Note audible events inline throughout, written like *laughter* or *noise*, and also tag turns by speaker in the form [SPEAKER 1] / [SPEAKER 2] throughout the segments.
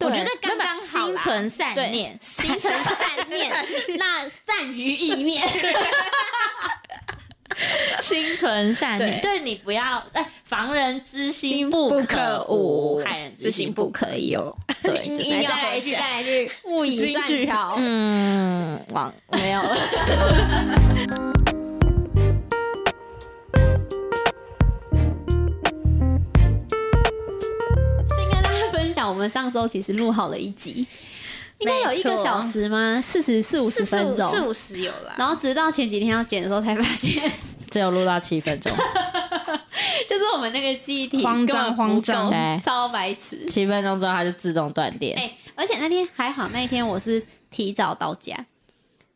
[SPEAKER 1] 我
[SPEAKER 2] 对
[SPEAKER 1] 觉得刚刚好
[SPEAKER 2] 心
[SPEAKER 1] 啦
[SPEAKER 2] 存善
[SPEAKER 1] 对
[SPEAKER 2] 念，
[SPEAKER 1] 心存善 *laughs* 念，那善于意 *laughs* 面，
[SPEAKER 2] 心存善念，对你不要哎，防人之心不可无，害人之心不可有。
[SPEAKER 1] 哦 *laughs*
[SPEAKER 2] 对，就是
[SPEAKER 3] 硬
[SPEAKER 2] 再
[SPEAKER 3] 要
[SPEAKER 2] 来一句，
[SPEAKER 3] 回家
[SPEAKER 2] 再来一句。
[SPEAKER 1] 勿以
[SPEAKER 3] 京
[SPEAKER 1] 断
[SPEAKER 3] 剧
[SPEAKER 1] 桥。
[SPEAKER 2] 嗯，网没有 *laughs* 了。
[SPEAKER 1] 先跟大家分享，我们上周其实录好了一集，应该有一个小时吗？四十四五十分钟，
[SPEAKER 3] 四五十有啦。
[SPEAKER 1] 然后直到前几天要剪的时候，才发现， *laughs*
[SPEAKER 2] 只有录到七分钟，
[SPEAKER 1] 就是我们那个记忆体
[SPEAKER 3] 慌张
[SPEAKER 1] 根本不够
[SPEAKER 3] 慌张
[SPEAKER 2] 对
[SPEAKER 1] 超白痴。
[SPEAKER 2] 七分钟之后它就自动断电
[SPEAKER 1] 哎、。而且那天还好，那一天我是提早到家，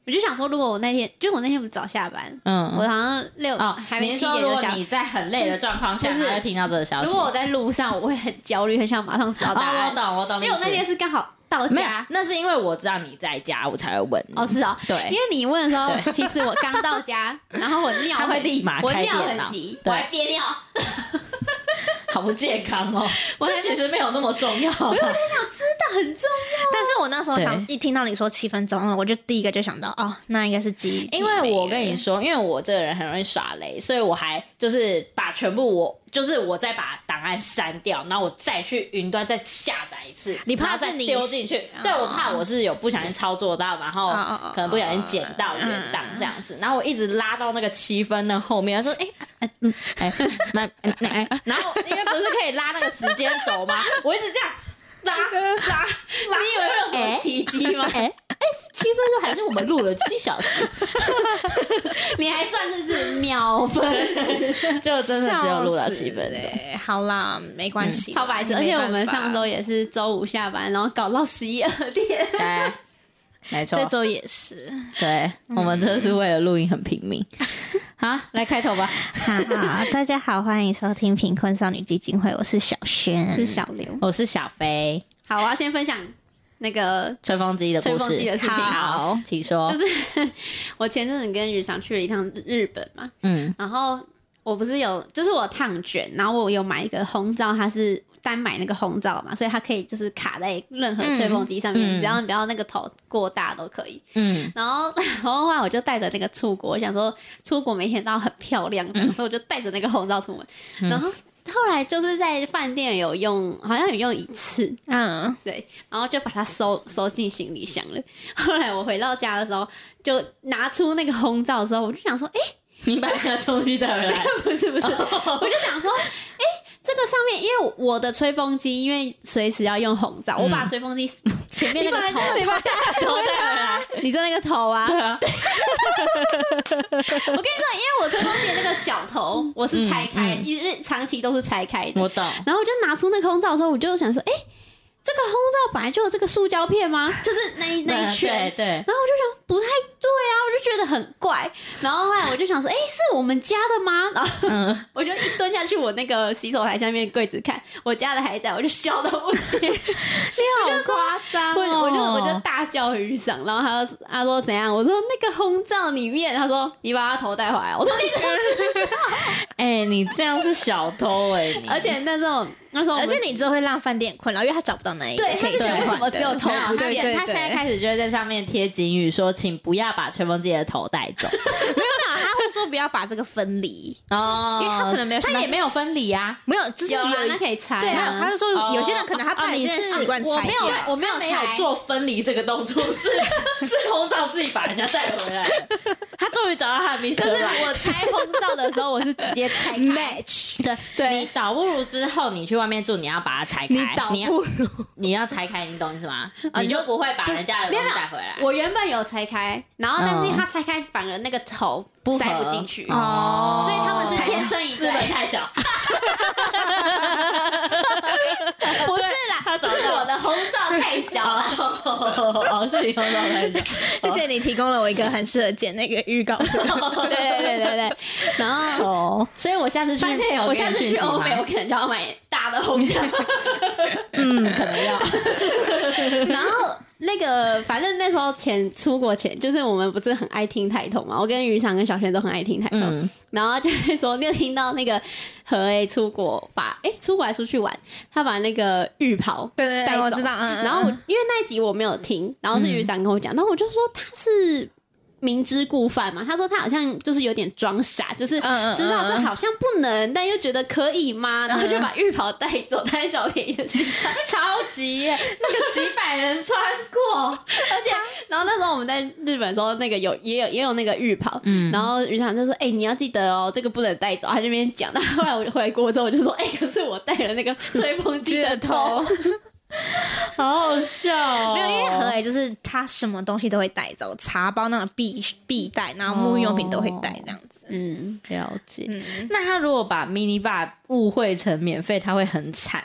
[SPEAKER 1] 我就想说，如果我那天，就是我那天不是早下班，我
[SPEAKER 2] 嗯，
[SPEAKER 1] 好像六
[SPEAKER 2] 哦，
[SPEAKER 1] 还没
[SPEAKER 2] 您
[SPEAKER 1] 七
[SPEAKER 2] 说
[SPEAKER 1] 点
[SPEAKER 2] 如
[SPEAKER 1] 就
[SPEAKER 2] 果
[SPEAKER 1] 下。
[SPEAKER 2] 你在很累的状况下，
[SPEAKER 1] 就是
[SPEAKER 2] 还会听到这个消息。
[SPEAKER 1] 如果我在路上，我会很焦虑，很想马上找
[SPEAKER 2] 哦，
[SPEAKER 1] 答
[SPEAKER 2] 我
[SPEAKER 1] 案，
[SPEAKER 2] 懂，我懂
[SPEAKER 1] 因
[SPEAKER 2] 你意思，
[SPEAKER 1] 为我那天是刚好到
[SPEAKER 2] 没有
[SPEAKER 1] 家，。
[SPEAKER 2] 那是因为我知道你在家，我才会问你。
[SPEAKER 1] 哦，是哦，因为
[SPEAKER 2] 对，
[SPEAKER 1] 你问的时候，其实我刚到家，
[SPEAKER 2] *laughs*
[SPEAKER 1] 然后我尿
[SPEAKER 2] 他会
[SPEAKER 1] 很，
[SPEAKER 2] 立马
[SPEAKER 1] 我
[SPEAKER 2] 开
[SPEAKER 1] 尿
[SPEAKER 2] 电
[SPEAKER 1] 很
[SPEAKER 2] 脑，
[SPEAKER 1] 急，我
[SPEAKER 2] 对
[SPEAKER 1] 还憋尿，
[SPEAKER 2] 好不健康 *laughs* 哦。
[SPEAKER 1] 我还
[SPEAKER 2] 这其实没有那么重要 *laughs* 啊。
[SPEAKER 1] 那很重。
[SPEAKER 3] 但是我那时候想，
[SPEAKER 2] 对
[SPEAKER 3] 一听到你说七分钟了，我就第一个就想到，哦，那应该是记忆体
[SPEAKER 2] 因为我
[SPEAKER 3] 没了
[SPEAKER 2] 跟你说，因为我这个人很容易耍雷，所以我还就是把全部我就是我再把档案删掉，然后我再去云端再下载一次，
[SPEAKER 3] 你怕
[SPEAKER 2] 然后再
[SPEAKER 3] 是你
[SPEAKER 2] 丢进去？对，我怕我是有不小心操作到，然后
[SPEAKER 3] 哦哦
[SPEAKER 2] 可能不小心捡到原档这样子，然后我一直拉到那个七分的后面，他说：“哎、哎嗯 *laughs* 哎那哎那哎，然后因为不是可以拉那个时间轴
[SPEAKER 1] *laughs*
[SPEAKER 2] 吗？我一直这样拉拉拉，
[SPEAKER 1] 你以为会有什么
[SPEAKER 2] 哎
[SPEAKER 1] 奇迹吗？
[SPEAKER 2] 哎哎是七分钟还是我们录了七小时？”
[SPEAKER 1] 你还算就是秒分时，
[SPEAKER 2] *laughs* 就真的只有录到七分
[SPEAKER 3] 笑死
[SPEAKER 2] 钟。
[SPEAKER 3] 欸好啦，没关系啦、
[SPEAKER 1] 超白痴。
[SPEAKER 2] *laughs*
[SPEAKER 3] 没
[SPEAKER 1] 而且我们
[SPEAKER 3] 办法
[SPEAKER 1] 上周也是周五下班，然后搞到十一二
[SPEAKER 2] *laughs*
[SPEAKER 1] 点。
[SPEAKER 2] 对，没错
[SPEAKER 3] 这周也是，
[SPEAKER 2] *laughs* 对，
[SPEAKER 1] 嗯
[SPEAKER 2] 我们真的是为了录音很拼命。好，啊来开头吧。
[SPEAKER 3] 哈哈，大家好，欢迎收听贫困少女基金会，我是小轩，
[SPEAKER 1] 是小刘。
[SPEAKER 2] 我是小飞，
[SPEAKER 1] 好，我要先分享那个，
[SPEAKER 2] 吹风机的故
[SPEAKER 1] 吹风机的
[SPEAKER 2] 事，
[SPEAKER 1] 事情
[SPEAKER 2] 好，请说。
[SPEAKER 1] 就是 *laughs* 我前阵子跟雨翔去了一趟日日本嘛，
[SPEAKER 2] 嗯，
[SPEAKER 1] 然后我不是有，就是我有烫卷，然后我有买一个烘罩，它是单买那个烘罩嘛，所以它可以就是卡在任何吹风机上面，
[SPEAKER 2] 嗯嗯
[SPEAKER 1] 只要你不要那个头过大都可以。
[SPEAKER 2] 嗯，
[SPEAKER 1] 然后， *laughs* 然后后来我就带着那个出国，我想说出国每天都要很漂亮这样，所以我就带着那个红罩出门。然后后来就是在饭店有用，好像有用一次，
[SPEAKER 3] 嗯，
[SPEAKER 1] 对，然后就把它收收进行李箱了。后来我回到家的时候，就拿出那个红罩的时候，我就想说，哎、
[SPEAKER 2] 你把那个东西带回来。
[SPEAKER 1] *laughs* 不是不是，我就想说，哎、这个上面，因为我的吹风机，因为随时要用红
[SPEAKER 2] 嗯
[SPEAKER 1] 罩，我把吹风机前面那个头，啊
[SPEAKER 3] 你把
[SPEAKER 2] 头带回来，
[SPEAKER 1] *laughs* 你说那个头啊，
[SPEAKER 2] *laughs*
[SPEAKER 1] *laughs*
[SPEAKER 2] 对啊，
[SPEAKER 1] 我跟你说，因为我吹风机的那个小头，我是拆开，
[SPEAKER 2] 嗯嗯
[SPEAKER 1] 一直长期都是拆开的。
[SPEAKER 2] 我懂。
[SPEAKER 1] 然后我就拿出那个烘罩的时候，我就想说，哎、这个烘罩本来就有这个塑胶片吗？就是那一那一圈。
[SPEAKER 2] 对，
[SPEAKER 1] 然后我就想不太对啊，我就觉得很怪。然后后来我就想说，哎、是我们家的吗？然后 *laughs*
[SPEAKER 2] 嗯，
[SPEAKER 1] 我就一蹲下去，我那个洗手台下面柜子看，我家的还在，我就笑到不
[SPEAKER 3] *laughs*
[SPEAKER 1] 行。
[SPEAKER 2] 你好夸张
[SPEAKER 1] 我我就我就
[SPEAKER 3] 哦
[SPEAKER 1] 大叫雨赏，然后他就他说怎样？我说那个烘罩里面，他说你把他头带回来。我说你怎么
[SPEAKER 3] *laughs*
[SPEAKER 2] 哎，你这样是小偷哎，你
[SPEAKER 1] 而且那种那时候我
[SPEAKER 3] 而
[SPEAKER 1] 们，
[SPEAKER 3] 且你这会让饭店困扰，因为他找不到那一个
[SPEAKER 1] 对
[SPEAKER 3] 可
[SPEAKER 1] 他就
[SPEAKER 3] 以
[SPEAKER 1] 觉得
[SPEAKER 3] 兑
[SPEAKER 1] 为什
[SPEAKER 3] 换
[SPEAKER 1] 么
[SPEAKER 3] 的，
[SPEAKER 1] 只有头
[SPEAKER 2] 没有，
[SPEAKER 1] 不
[SPEAKER 2] 他
[SPEAKER 1] 见
[SPEAKER 2] 现
[SPEAKER 3] 对
[SPEAKER 2] 他现在开始就会在上面贴警语说，请不要把吹风机的头带走。
[SPEAKER 3] 没有没有，他会说不要把这个分离，
[SPEAKER 2] 哦，
[SPEAKER 3] 因为他可能没有想
[SPEAKER 2] 他
[SPEAKER 3] 到
[SPEAKER 2] 也没有分离啊，
[SPEAKER 3] 没有，就是
[SPEAKER 1] 有
[SPEAKER 3] 有
[SPEAKER 1] 啦，
[SPEAKER 3] 一
[SPEAKER 1] 那可以拆啊。
[SPEAKER 3] 对啊，他是
[SPEAKER 2] 哦
[SPEAKER 3] 说有些人可能他
[SPEAKER 2] 哦
[SPEAKER 3] 本来
[SPEAKER 2] 你
[SPEAKER 3] 是
[SPEAKER 2] 是
[SPEAKER 3] 习惯
[SPEAKER 1] 我
[SPEAKER 3] 拆
[SPEAKER 1] 没
[SPEAKER 3] 掉，
[SPEAKER 1] 有我没有
[SPEAKER 2] 他
[SPEAKER 1] 拆，
[SPEAKER 2] 做分离这个动作，是 *laughs* 是红枣自己把人家带回来了。他终于找到他的 Mr.
[SPEAKER 1] 就是
[SPEAKER 2] Right
[SPEAKER 1] 我拆烘罩的时候，我是直接拆开。
[SPEAKER 3] *laughs* match，
[SPEAKER 2] 对，
[SPEAKER 3] 对
[SPEAKER 2] 你倒不如之后你去外面住，你要把它拆开，
[SPEAKER 3] 哎你
[SPEAKER 2] 你
[SPEAKER 3] 倒
[SPEAKER 2] 要
[SPEAKER 3] *laughs* 不如
[SPEAKER 2] 你要拆开，你懂意思吗？
[SPEAKER 1] 啊
[SPEAKER 2] 你
[SPEAKER 1] 你
[SPEAKER 2] 就
[SPEAKER 1] 说
[SPEAKER 2] 不会把
[SPEAKER 1] 不是
[SPEAKER 2] 人家的
[SPEAKER 1] 没
[SPEAKER 2] 东西
[SPEAKER 1] 有没有
[SPEAKER 2] 带回来。
[SPEAKER 1] 我原本有拆开，然后但是
[SPEAKER 2] 嗯
[SPEAKER 1] 他拆开反而那个头
[SPEAKER 2] 不合
[SPEAKER 1] 塞不进去，所
[SPEAKER 2] 哦
[SPEAKER 1] 以他们是天生一
[SPEAKER 2] 日
[SPEAKER 1] 对
[SPEAKER 2] 本。太小，
[SPEAKER 1] *laughs* 不是啦，是我的红罩太小 *laughs* 了。
[SPEAKER 2] *laughs* 哦，是你红枣太小，
[SPEAKER 3] 谢谢你提供了我一个很适合剪那个预告的，
[SPEAKER 1] 哦对对对对对，然后
[SPEAKER 2] 哦。
[SPEAKER 1] 所以我下次去
[SPEAKER 2] 饭店有，给
[SPEAKER 1] 我下
[SPEAKER 2] 你
[SPEAKER 1] 次
[SPEAKER 2] 讯
[SPEAKER 1] 去
[SPEAKER 2] 息
[SPEAKER 1] 欧美，
[SPEAKER 2] 吗
[SPEAKER 1] 我可能就要买大
[SPEAKER 2] 大的红
[SPEAKER 1] *laughs*
[SPEAKER 2] 酱，嗯，可能要。
[SPEAKER 1] 然后那个，反正那时候前出国前，就是我们不是很爱听台通嘛，我跟于翔跟小轩都很爱听台通。
[SPEAKER 2] 嗯
[SPEAKER 1] 然后就会说，你有听到那个何 A 出国把哎、出国还出去玩，他把那个浴袍
[SPEAKER 3] 对 *laughs* 对
[SPEAKER 1] 带
[SPEAKER 3] 对，
[SPEAKER 1] 走
[SPEAKER 3] 我知道，嗯，嗯
[SPEAKER 1] 然后我因为那一集我没有听，然后是雨伞跟我讲，但我就说他是明知故犯嘛，他说他好像就是有点装傻，就是
[SPEAKER 3] 嗯嗯嗯
[SPEAKER 1] 知道这好像不能，但又觉得可以吗？然后就把浴袍带走，贪小便宜的
[SPEAKER 3] *laughs*
[SPEAKER 1] 心态
[SPEAKER 2] 超级耶那个几百人穿过，
[SPEAKER 1] 而且，然后那时候我们在日本的时候，那个有也有也有那个浴袍，
[SPEAKER 2] 嗯
[SPEAKER 1] 然后雨伞就说：“哎、你要记得哦，这个不能带走。”他这边讲，但后来我回国之后，我就说：“哎、可是我带了那个吹风机的
[SPEAKER 3] 哦
[SPEAKER 1] 头。”，
[SPEAKER 2] 好好笑、哦。
[SPEAKER 3] 没有，因为何磊就是他什么东西都会带走，茶包那种必必带，然后沐浴用品都会带这样子。
[SPEAKER 1] 嗯，
[SPEAKER 2] 了解。
[SPEAKER 3] 嗯，
[SPEAKER 2] 那他如果把 mini bar 误会成免费，他会很惨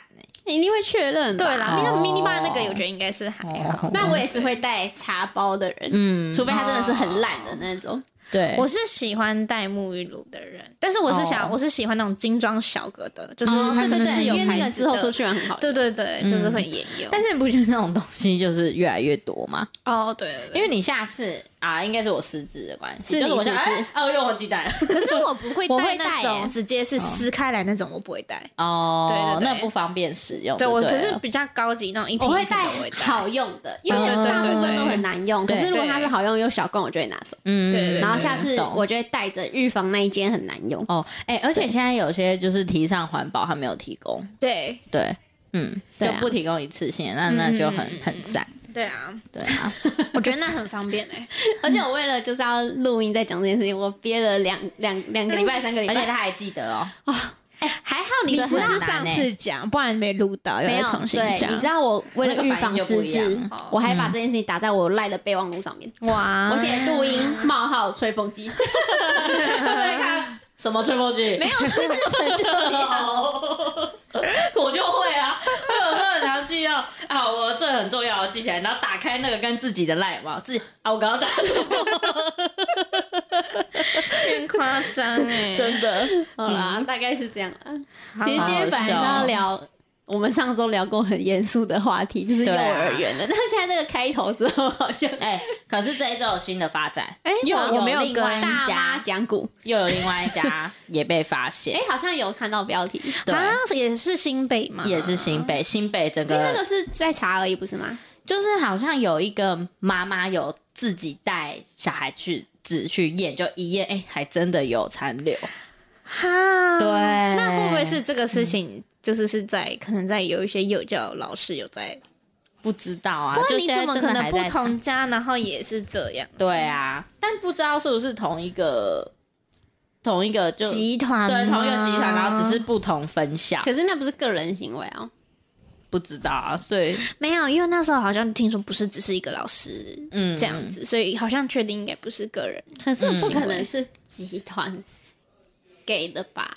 [SPEAKER 2] 哎、
[SPEAKER 1] 一定会确认吧
[SPEAKER 3] 对啦，
[SPEAKER 2] 哦
[SPEAKER 3] 那个 mini bar 那个我觉得应该是还哦好。
[SPEAKER 1] 但我也是会带茶包的人，
[SPEAKER 2] 嗯
[SPEAKER 1] 除非他真的是很懒的那种。
[SPEAKER 2] 对，
[SPEAKER 3] 我是喜欢带沐浴露的人，但是我是想，
[SPEAKER 2] 哦
[SPEAKER 3] 我是喜欢那种精装小格的，就是
[SPEAKER 2] 哦
[SPEAKER 3] 它
[SPEAKER 2] 对
[SPEAKER 3] 真的
[SPEAKER 2] 对
[SPEAKER 3] 是
[SPEAKER 2] 对
[SPEAKER 3] 有
[SPEAKER 1] 因为那
[SPEAKER 3] 牌
[SPEAKER 1] 个
[SPEAKER 3] 子
[SPEAKER 1] 之后
[SPEAKER 3] 的
[SPEAKER 1] 出。去玩很好用。
[SPEAKER 3] 对对对，就是会也有。
[SPEAKER 2] 但是你不觉得那种东西就是越来越多吗？
[SPEAKER 3] 哦，对对对，
[SPEAKER 2] 因为你下次啊，应该是我失职的关系，
[SPEAKER 1] 是
[SPEAKER 2] 就是
[SPEAKER 1] 你
[SPEAKER 2] 我想，
[SPEAKER 1] 失
[SPEAKER 2] 哎
[SPEAKER 1] 智
[SPEAKER 2] 哦，用我鸡蛋
[SPEAKER 3] 可是我不会哦
[SPEAKER 1] 我
[SPEAKER 3] 带
[SPEAKER 1] 会
[SPEAKER 3] 那
[SPEAKER 1] 带
[SPEAKER 3] 种
[SPEAKER 1] 耶
[SPEAKER 3] 直接是撕开来那种，我不会带。
[SPEAKER 2] *laughs* 哦
[SPEAKER 3] 对对，对
[SPEAKER 2] 那不方便使用。
[SPEAKER 3] 对
[SPEAKER 2] 就
[SPEAKER 3] 我
[SPEAKER 2] 对啊
[SPEAKER 3] 可是
[SPEAKER 2] 了
[SPEAKER 3] 比较高级那种一瓶
[SPEAKER 1] 我
[SPEAKER 3] 一
[SPEAKER 1] 会
[SPEAKER 3] 瓶的
[SPEAKER 1] 带
[SPEAKER 3] 我会带
[SPEAKER 1] 好用的，因为
[SPEAKER 2] 对对对
[SPEAKER 1] 大部分
[SPEAKER 3] 对
[SPEAKER 1] 都很难用。可
[SPEAKER 2] 对
[SPEAKER 1] 是如果
[SPEAKER 3] 对
[SPEAKER 1] 它是好用又小罐，我就会拿走。
[SPEAKER 2] 嗯
[SPEAKER 3] 对对对
[SPEAKER 1] 然后下次
[SPEAKER 2] 懂
[SPEAKER 1] 我就会带着预防那一间很难用。
[SPEAKER 2] 哦，哎、而且现在有些就是提倡环保，它没有提供，
[SPEAKER 3] 对
[SPEAKER 2] 对，嗯，
[SPEAKER 1] 对
[SPEAKER 2] 就
[SPEAKER 1] 啊
[SPEAKER 2] 不提供一次性，那那就很很赞，
[SPEAKER 3] 对啊，
[SPEAKER 2] 对啊，
[SPEAKER 3] 我觉得那很方便 *laughs* 哎。
[SPEAKER 1] 而且我为了就是要录音在讲这件事情，我憋了两两两个礼拜、三个礼
[SPEAKER 2] 而且
[SPEAKER 1] 拜。
[SPEAKER 2] 他还记得 *laughs* 哦，
[SPEAKER 3] 哎还好
[SPEAKER 2] 你
[SPEAKER 3] 是
[SPEAKER 2] 是
[SPEAKER 3] 不是
[SPEAKER 2] 很难
[SPEAKER 3] 上
[SPEAKER 2] 欸
[SPEAKER 3] 次讲，不然没录到，又
[SPEAKER 1] 没
[SPEAKER 3] 要
[SPEAKER 1] 有
[SPEAKER 3] 重新
[SPEAKER 1] 对，
[SPEAKER 3] 讲。
[SPEAKER 1] 你知道我为了预防失
[SPEAKER 2] 那个
[SPEAKER 1] 智
[SPEAKER 2] 反应就不一样，
[SPEAKER 1] 我还把这件事情打在我赖的备忘录上面。
[SPEAKER 3] 哇，
[SPEAKER 1] 我写录音冒号吹风
[SPEAKER 3] *laughs*
[SPEAKER 1] 机，
[SPEAKER 2] 在看什么吹风机？ *laughs* 没有，
[SPEAKER 1] 失智成这样。
[SPEAKER 2] 我就会啊，我有时候很常记到啊，我这很重要，我记起来，然后打开那个跟自己的 line 嘛，自己啊，我刚刚打
[SPEAKER 3] 很夸张 *laughs*
[SPEAKER 2] 欸
[SPEAKER 3] 哎
[SPEAKER 2] 真的，
[SPEAKER 1] *laughs* 好啦，大概是这样啊。
[SPEAKER 3] 好
[SPEAKER 1] 其实今天本来是要聊，我们上周聊过很严肃的话题，就是幼
[SPEAKER 2] 对啊
[SPEAKER 1] 儿园的。但是现在这个开头之后，好像
[SPEAKER 2] *laughs* 哎、可是这一周有新的发展，
[SPEAKER 3] 哎，
[SPEAKER 2] 又
[SPEAKER 3] 我我没有
[SPEAKER 2] 另外
[SPEAKER 3] 跟
[SPEAKER 2] 一
[SPEAKER 1] 大妈
[SPEAKER 2] 家，
[SPEAKER 1] 讲古，
[SPEAKER 2] 又有另外一家也被发现 *laughs*
[SPEAKER 1] 哎，，好像有看到标题，
[SPEAKER 2] 对。
[SPEAKER 3] 啊，也是新北嘛，
[SPEAKER 2] 也是新北，新北整
[SPEAKER 1] 因为
[SPEAKER 2] 个
[SPEAKER 1] 那个是在查而已，不是吗？
[SPEAKER 2] 就是好像有一个妈妈有自己带小孩去只去验，就一验，哎、还真的有残留。
[SPEAKER 3] 哈，
[SPEAKER 2] 对
[SPEAKER 3] 那会不会是这个事情？就是是在可能在有一些幼教老师有在，
[SPEAKER 2] 不知道啊，
[SPEAKER 3] 那
[SPEAKER 2] 就
[SPEAKER 3] 你
[SPEAKER 2] 现在
[SPEAKER 3] 怎么
[SPEAKER 2] 真
[SPEAKER 3] 可
[SPEAKER 2] 的
[SPEAKER 3] 能
[SPEAKER 2] 还
[SPEAKER 3] 不
[SPEAKER 2] 在查
[SPEAKER 3] 同家，然后也是这样
[SPEAKER 2] 对啊，但不知道是不是同一个同一个就对
[SPEAKER 3] 集团啊吗？
[SPEAKER 2] 同一个集团，然后只是不同分校，
[SPEAKER 1] 可是那不是个人行为啊。
[SPEAKER 2] 不知道啊，所以
[SPEAKER 3] 没有，因为那时候好像听说不是只是一个老师
[SPEAKER 2] 嗯
[SPEAKER 3] 这样子，所以好像确定应该不是个人，
[SPEAKER 1] 可是不可
[SPEAKER 3] 行为
[SPEAKER 1] 能是集团给的吧？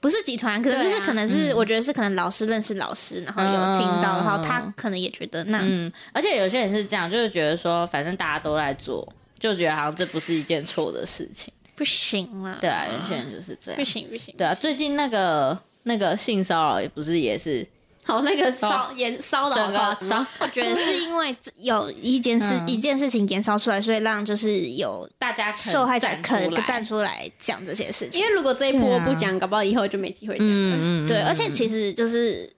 [SPEAKER 3] 不是集团，可能
[SPEAKER 1] 对
[SPEAKER 3] 就
[SPEAKER 1] 啊
[SPEAKER 3] 是可能是、我觉得是可能老师认识老师，然后有听到，
[SPEAKER 2] 嗯
[SPEAKER 3] 然后他可能也觉得那、
[SPEAKER 2] 嗯，而且有些人是这样，就是觉得说反正大家都在做，就觉得好像这不是一件错的事情。
[SPEAKER 3] 不行了，
[SPEAKER 2] 对啊，有些人就是这样
[SPEAKER 3] 不。行不行，
[SPEAKER 2] 对啊，最近那个那个性骚扰也不是也是
[SPEAKER 1] 好，那个骚严骚
[SPEAKER 2] 哦
[SPEAKER 1] 扰
[SPEAKER 2] 整
[SPEAKER 1] 夸
[SPEAKER 2] 个
[SPEAKER 1] 张
[SPEAKER 2] 伤，
[SPEAKER 3] 我觉得是因为有一件事、
[SPEAKER 2] 嗯
[SPEAKER 3] 一件事情延烧出来，所以让就是有
[SPEAKER 2] 大家肯
[SPEAKER 3] 受害者肯
[SPEAKER 2] 出来
[SPEAKER 3] 站出来讲这些事情
[SPEAKER 1] 因。为如果这一波不讲，搞不好以后就没机会讲。
[SPEAKER 2] 嗯嗯，
[SPEAKER 3] 对，
[SPEAKER 2] 嗯
[SPEAKER 3] 而且其实就是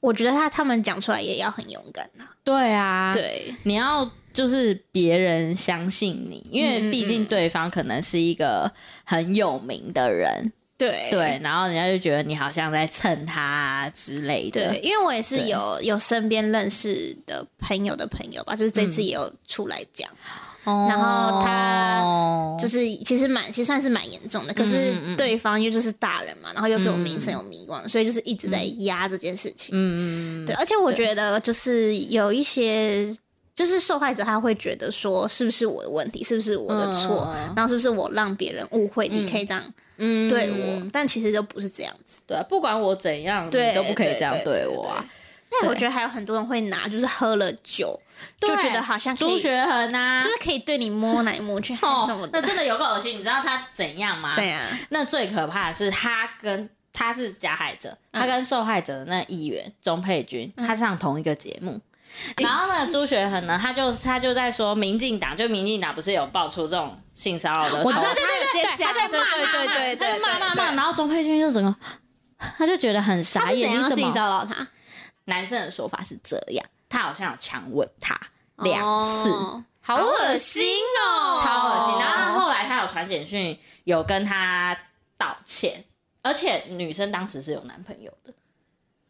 [SPEAKER 3] 我觉得他他们讲出来也要很勇敢啊。
[SPEAKER 2] 对啊，，
[SPEAKER 3] 对，
[SPEAKER 2] 你要就是别人相信你，因
[SPEAKER 3] 嗯
[SPEAKER 2] 为毕竟对方可能是一个很有名的人，
[SPEAKER 3] 对，
[SPEAKER 2] 对，然后人家就觉得你好像在蹭他啊之类的，
[SPEAKER 3] 对，因为我也是
[SPEAKER 2] 对
[SPEAKER 3] 有有身边认识的朋友的朋友吧，就是这次也有出来讲，
[SPEAKER 2] 哦，
[SPEAKER 3] 然后他就是其实蛮其实算是蛮严重的，可是
[SPEAKER 2] 嗯嗯嗯
[SPEAKER 3] 对方又就是大人嘛，然后又是我名声有迷惘，所以就是一直在压这件事情。
[SPEAKER 2] 嗯嗯
[SPEAKER 3] 对，而啊且我觉得就是有一些就是受害者他会觉得说，是不是我的问题，是不是我的错，
[SPEAKER 2] 嗯嗯嗯
[SPEAKER 3] 然后是不是我让别人误会，你可以这样
[SPEAKER 2] 嗯
[SPEAKER 3] 对我，但其实就不是这样子。
[SPEAKER 2] 对啊，不管我怎样，你
[SPEAKER 3] 对，
[SPEAKER 2] 都不可以这样
[SPEAKER 3] 对
[SPEAKER 2] 我啊。。
[SPEAKER 3] 但
[SPEAKER 2] 对
[SPEAKER 3] 我觉得还有很多人会拿，就是喝了酒就
[SPEAKER 2] 对
[SPEAKER 3] 觉得好像可
[SPEAKER 2] 朱
[SPEAKER 3] 以，就
[SPEAKER 2] 学恒啊，
[SPEAKER 3] 是可以对你摸来摸去还是什么
[SPEAKER 2] 哦，那
[SPEAKER 3] 的，
[SPEAKER 2] 真的有够恶心，你知道他怎样吗？
[SPEAKER 3] 这样
[SPEAKER 2] 那最可怕的是他跟他是加害者，他跟受害者的那议员钟佩君，他上同一个节目。然后呢，朱学恒呢，他就他就在说，民进党就民进党不是有爆出这种性骚扰的，
[SPEAKER 1] 啊
[SPEAKER 3] 我知道
[SPEAKER 2] 哦他
[SPEAKER 3] 对对对
[SPEAKER 2] 有先讲，
[SPEAKER 3] 他在骂
[SPEAKER 2] 对
[SPEAKER 3] 骂骂
[SPEAKER 2] 对
[SPEAKER 3] 对
[SPEAKER 2] 他就骂
[SPEAKER 3] 对
[SPEAKER 2] 骂
[SPEAKER 3] 对
[SPEAKER 2] 骂，然后钟佩君就整个，他就觉得很
[SPEAKER 1] 他
[SPEAKER 2] 傻
[SPEAKER 1] 是怎
[SPEAKER 2] 眼，
[SPEAKER 1] 样
[SPEAKER 2] 你怎
[SPEAKER 1] 性
[SPEAKER 2] 么？
[SPEAKER 1] 骚扰他
[SPEAKER 2] 男生的说法是这样，他好像有强吻她两次，
[SPEAKER 1] 哦
[SPEAKER 3] 好恶心哦，
[SPEAKER 2] 超恶心。然后他后来他有传简讯，有跟他道歉，而且女生当时是有男朋友的。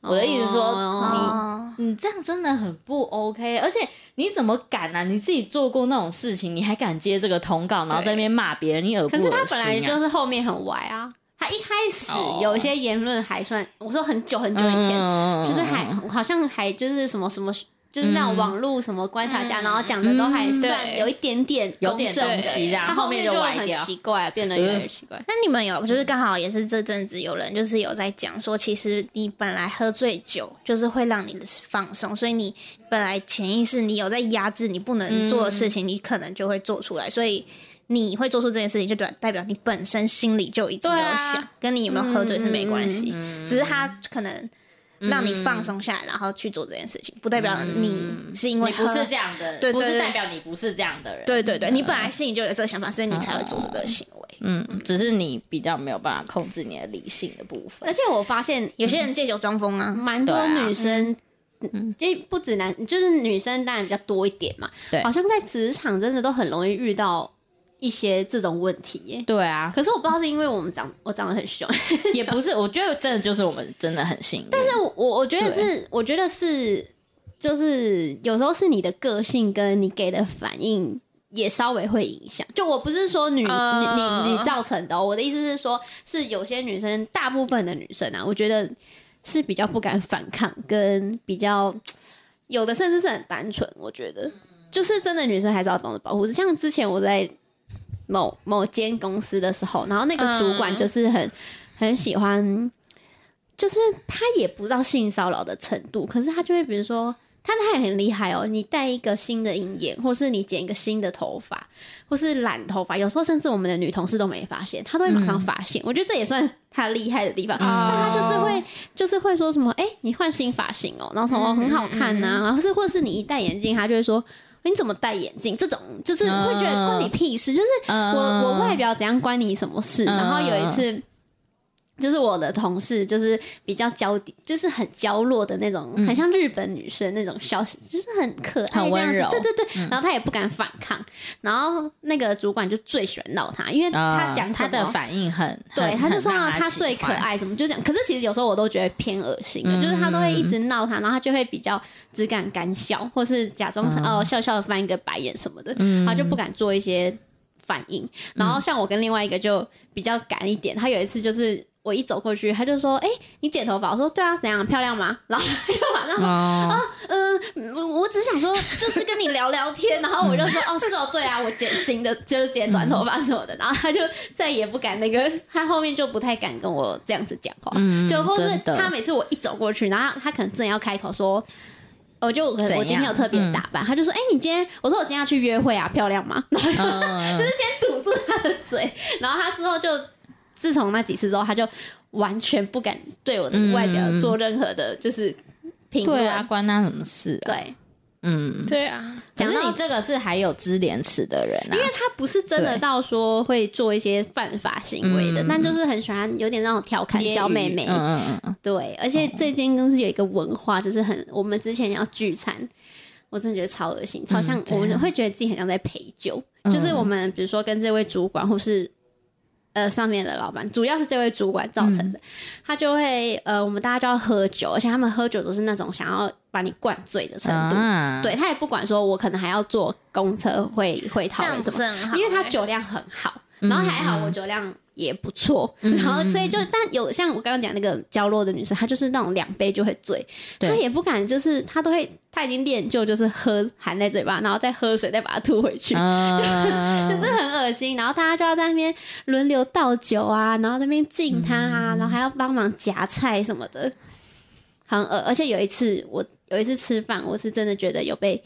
[SPEAKER 2] 我的意思说
[SPEAKER 1] 哦
[SPEAKER 3] 哦，
[SPEAKER 2] 你这样真的很不 OK，而且你怎么敢啊？你自己做过那种事情，你还敢接这个通告，然后在那边骂别人，你耳不恶
[SPEAKER 1] 可是
[SPEAKER 2] 心、啊？
[SPEAKER 1] 他本来就是后面很歪啊，他一开始
[SPEAKER 2] 哦
[SPEAKER 1] 有一些言论还算，我说很久很久以前，
[SPEAKER 2] 嗯
[SPEAKER 1] 就是还好像还就是什么什么。就是那种网络什么观察家，然后讲的都还算
[SPEAKER 3] 对
[SPEAKER 1] 有一点点
[SPEAKER 2] 嗯有点
[SPEAKER 1] 公正
[SPEAKER 2] 东西这样
[SPEAKER 1] 他
[SPEAKER 2] 后
[SPEAKER 1] 后
[SPEAKER 2] 面
[SPEAKER 1] 面
[SPEAKER 2] 就歪
[SPEAKER 1] 很
[SPEAKER 2] 掉
[SPEAKER 1] 奇怪，变得越来越奇怪。
[SPEAKER 3] 那你们有
[SPEAKER 2] 嗯
[SPEAKER 3] 就是刚好也是这阵子有人就是有在讲说，其实你本来喝醉酒就是会让你放松，所以你本来潜意识你有在压制你不能做的事情，你可能就会做出
[SPEAKER 2] 嗯
[SPEAKER 3] 来，所以你会做出这件事情，就代代表你本身心里就已经有
[SPEAKER 2] 对啊
[SPEAKER 3] 想，跟你有没有喝醉是没关系，
[SPEAKER 2] 嗯
[SPEAKER 3] 只是他可能让你放松下来，然后去做这件事情，不代表你是因
[SPEAKER 2] 嗯
[SPEAKER 3] 为
[SPEAKER 2] 你不
[SPEAKER 3] 喝
[SPEAKER 2] 是这样的人，
[SPEAKER 3] 对对
[SPEAKER 2] 不是
[SPEAKER 3] 对
[SPEAKER 2] 代表你不是这样的人，
[SPEAKER 3] 对对对，你本来心里就有这个想法，所以你才会做出这个行为。
[SPEAKER 2] 嗯，只是你比较没有办法控制你的理性的部分
[SPEAKER 1] 而。且我发现
[SPEAKER 3] 有些人借酒装疯啊，
[SPEAKER 1] 蛮
[SPEAKER 2] 啊对
[SPEAKER 1] 多
[SPEAKER 2] 啊
[SPEAKER 1] 女生，嗯，因为不止男，就是女生当然比较多一点嘛。
[SPEAKER 2] 对
[SPEAKER 1] 好像在职场真的都很容易遇到一些这种问题耶。
[SPEAKER 2] 对啊，
[SPEAKER 1] 可是我不知道是因为我们长我长得很凶，
[SPEAKER 2] 也不是，我觉得真的就是我们真的很幸运，但
[SPEAKER 1] 但是我我我觉得是，我觉得是，就是有时候是你的个性跟你给的反应也稍微会影响。就我不是说女、
[SPEAKER 3] 嗯
[SPEAKER 1] 你你你造成的哦、我的意思是说，是有些女生，大部分的女生啊，我觉得是比较不敢反抗，跟比较有的甚至是很单纯。我觉得，就是真的女生还是要懂得保护。像之前我在某某间公司的时候，然后那个主管就是很、很喜欢，就是他也不到性骚扰的程度，可是他就会比如说。他他也很厉害哦，你戴一个新的银眼，或是你剪一个新的头发，或是染头发，有时候甚至我们的女同事都没发现，他都会马上发现。我觉得这也算他厉害的地方。但他就是会，就是会说什么，哎、你换新发型哦，然后什么很好看呐、然后是或是你一戴眼镜，他就会说。你怎么戴眼镜？这种就是会觉得关你屁事，就是我我外表怎样关你什么事？
[SPEAKER 2] 嗯
[SPEAKER 1] 然后有一次，就是我的同事，就是比较娇，就是很娇弱的那种，很像日本女生那种小，就是很可爱
[SPEAKER 2] 嗯很
[SPEAKER 1] 这
[SPEAKER 2] 温
[SPEAKER 1] 样子
[SPEAKER 2] 柔。嗯
[SPEAKER 1] 对对对，然后她也不敢反抗，然后那个主管就最喜欢闹她，因为她讲什
[SPEAKER 2] 啊他
[SPEAKER 1] 么
[SPEAKER 2] 的反应很，
[SPEAKER 1] 对，
[SPEAKER 2] 很
[SPEAKER 1] 他就说
[SPEAKER 2] 很让
[SPEAKER 1] 啊
[SPEAKER 2] 他
[SPEAKER 1] 他
[SPEAKER 2] 喜
[SPEAKER 1] 最可
[SPEAKER 2] 欢
[SPEAKER 1] 爱什么，就这样。可是其实有时候我都觉得偏恶心的，就是他都
[SPEAKER 2] 嗯
[SPEAKER 1] 会一直闹他，然后他就会比较只敢干笑，或是假装、
[SPEAKER 2] 嗯
[SPEAKER 1] 哦笑笑的翻一个白眼什么的，他就不敢做一些反应。然
[SPEAKER 2] 嗯
[SPEAKER 1] 后像我跟另外一个就比较敢一点，他有一次就是。我一走过去，他就说：“哎、你剪头发？”我说：“对啊，怎样漂亮吗？”然后他就马上说：“
[SPEAKER 2] 哦，
[SPEAKER 1] 嗯，我我只想说，就是跟你聊聊天，然后我就
[SPEAKER 2] *laughs*
[SPEAKER 1] 说，哦，是哦，对啊，我剪新的，就是剪短头发什么的，然后他就再也不敢那个，他后面就不太敢跟我这样子讲话，
[SPEAKER 2] 嗯
[SPEAKER 1] 就或是
[SPEAKER 2] 真的
[SPEAKER 1] 他每次我一走过去，然后他他可能正要开口说。我就我
[SPEAKER 2] 怎
[SPEAKER 1] 可能
[SPEAKER 2] 样
[SPEAKER 1] 我今天有特别打扮，他就说：“哎、你今天我说我今天要去约会啊，漂
[SPEAKER 2] *laughs*
[SPEAKER 1] 亮吗？”然后
[SPEAKER 2] 嗯
[SPEAKER 1] *laughs* 就是先堵住他的嘴， *laughs* 然后他之后就自从那几次之后，他就完全不敢对我的外表
[SPEAKER 2] 嗯
[SPEAKER 1] 做任何的，就是评论。
[SPEAKER 2] 对啊，关他什么事、啊？，
[SPEAKER 1] 对，
[SPEAKER 2] 嗯，
[SPEAKER 3] 对啊，
[SPEAKER 2] 可
[SPEAKER 1] 讲
[SPEAKER 2] 是
[SPEAKER 1] 到
[SPEAKER 2] 你这个是还有知廉耻的人啊，因为
[SPEAKER 1] 他不是真的
[SPEAKER 2] 对
[SPEAKER 1] 到说会做一些犯法行为的，但就是很喜欢有点那种调侃小妹妹。
[SPEAKER 2] 嗯嗯嗯嗯，
[SPEAKER 1] 对，而且这间公司有一个文化，就是很我们之前要聚餐。我真的觉得超恶心，超像、
[SPEAKER 2] 对啊
[SPEAKER 1] 我们会觉得自己很像在陪酒，就是我们比如说跟这位主管或是呃上面的老板，主要是这位主管造成
[SPEAKER 2] 嗯
[SPEAKER 1] 的，他就会呃我们大家就要喝酒，而且他们喝酒都是那种想要把你灌醉的程度，
[SPEAKER 2] 啊，
[SPEAKER 1] 对他也不管说我可能还要坐公车回回
[SPEAKER 3] 这
[SPEAKER 1] 桃
[SPEAKER 3] 样
[SPEAKER 1] 园
[SPEAKER 3] 不
[SPEAKER 1] 什么
[SPEAKER 3] 是很好、
[SPEAKER 1] 因为他
[SPEAKER 3] 欸嗯
[SPEAKER 1] 酒量很好，然后还好我酒量也不错，然后所以就但有像我刚刚讲那个娇弱的女生，她就是那种两杯就会醉，
[SPEAKER 2] 对
[SPEAKER 1] 她也不敢就是她都会，她已经练就就是喝含在嘴巴，然后再喝水再把它吐回去。
[SPEAKER 2] 嗯，
[SPEAKER 1] *laughs* 就是很恶心，然后大家就要在那边轮流倒酒啊，然后在那边敬他啊，
[SPEAKER 2] 嗯
[SPEAKER 1] 然后还要帮忙夹菜什么的，很恶。而且有一次我有一次吃饭，我是真的觉得有被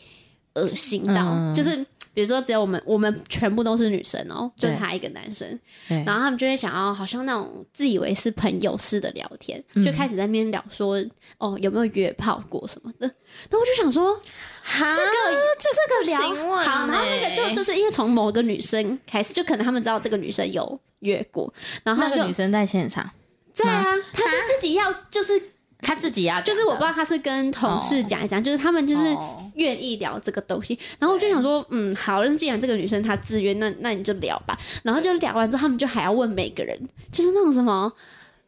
[SPEAKER 1] 恶心到，
[SPEAKER 2] 嗯
[SPEAKER 1] 就是比如说只有我们我们全部都是女生哦、就
[SPEAKER 2] 对
[SPEAKER 1] 他一个男生，
[SPEAKER 2] 对
[SPEAKER 1] 然后他们就会想要好像那种自以为是朋友似的聊天，就
[SPEAKER 2] 嗯
[SPEAKER 1] 开始在那边聊说哦有没有约炮过什么的，然后我就想说
[SPEAKER 3] 哈
[SPEAKER 1] 这个
[SPEAKER 3] 这
[SPEAKER 1] 这聊好，然后那
[SPEAKER 2] 欸
[SPEAKER 1] 个就就是因为从某个女生开始，就可能他们知道这个女生有约过，然后
[SPEAKER 2] 那
[SPEAKER 1] 就
[SPEAKER 2] 个女生在现场，
[SPEAKER 1] 对啊，她是自己要就是
[SPEAKER 2] 她自己啊，
[SPEAKER 1] 就是我不知道她是跟同事讲一讲，就是他们就是
[SPEAKER 2] 哦
[SPEAKER 1] 愿意聊这个东西，然后我就想说，嗯，好，那既然这个女生她自愿，那那你就聊吧，然后就聊完之后，他们就还要问每个人，就是那种什么。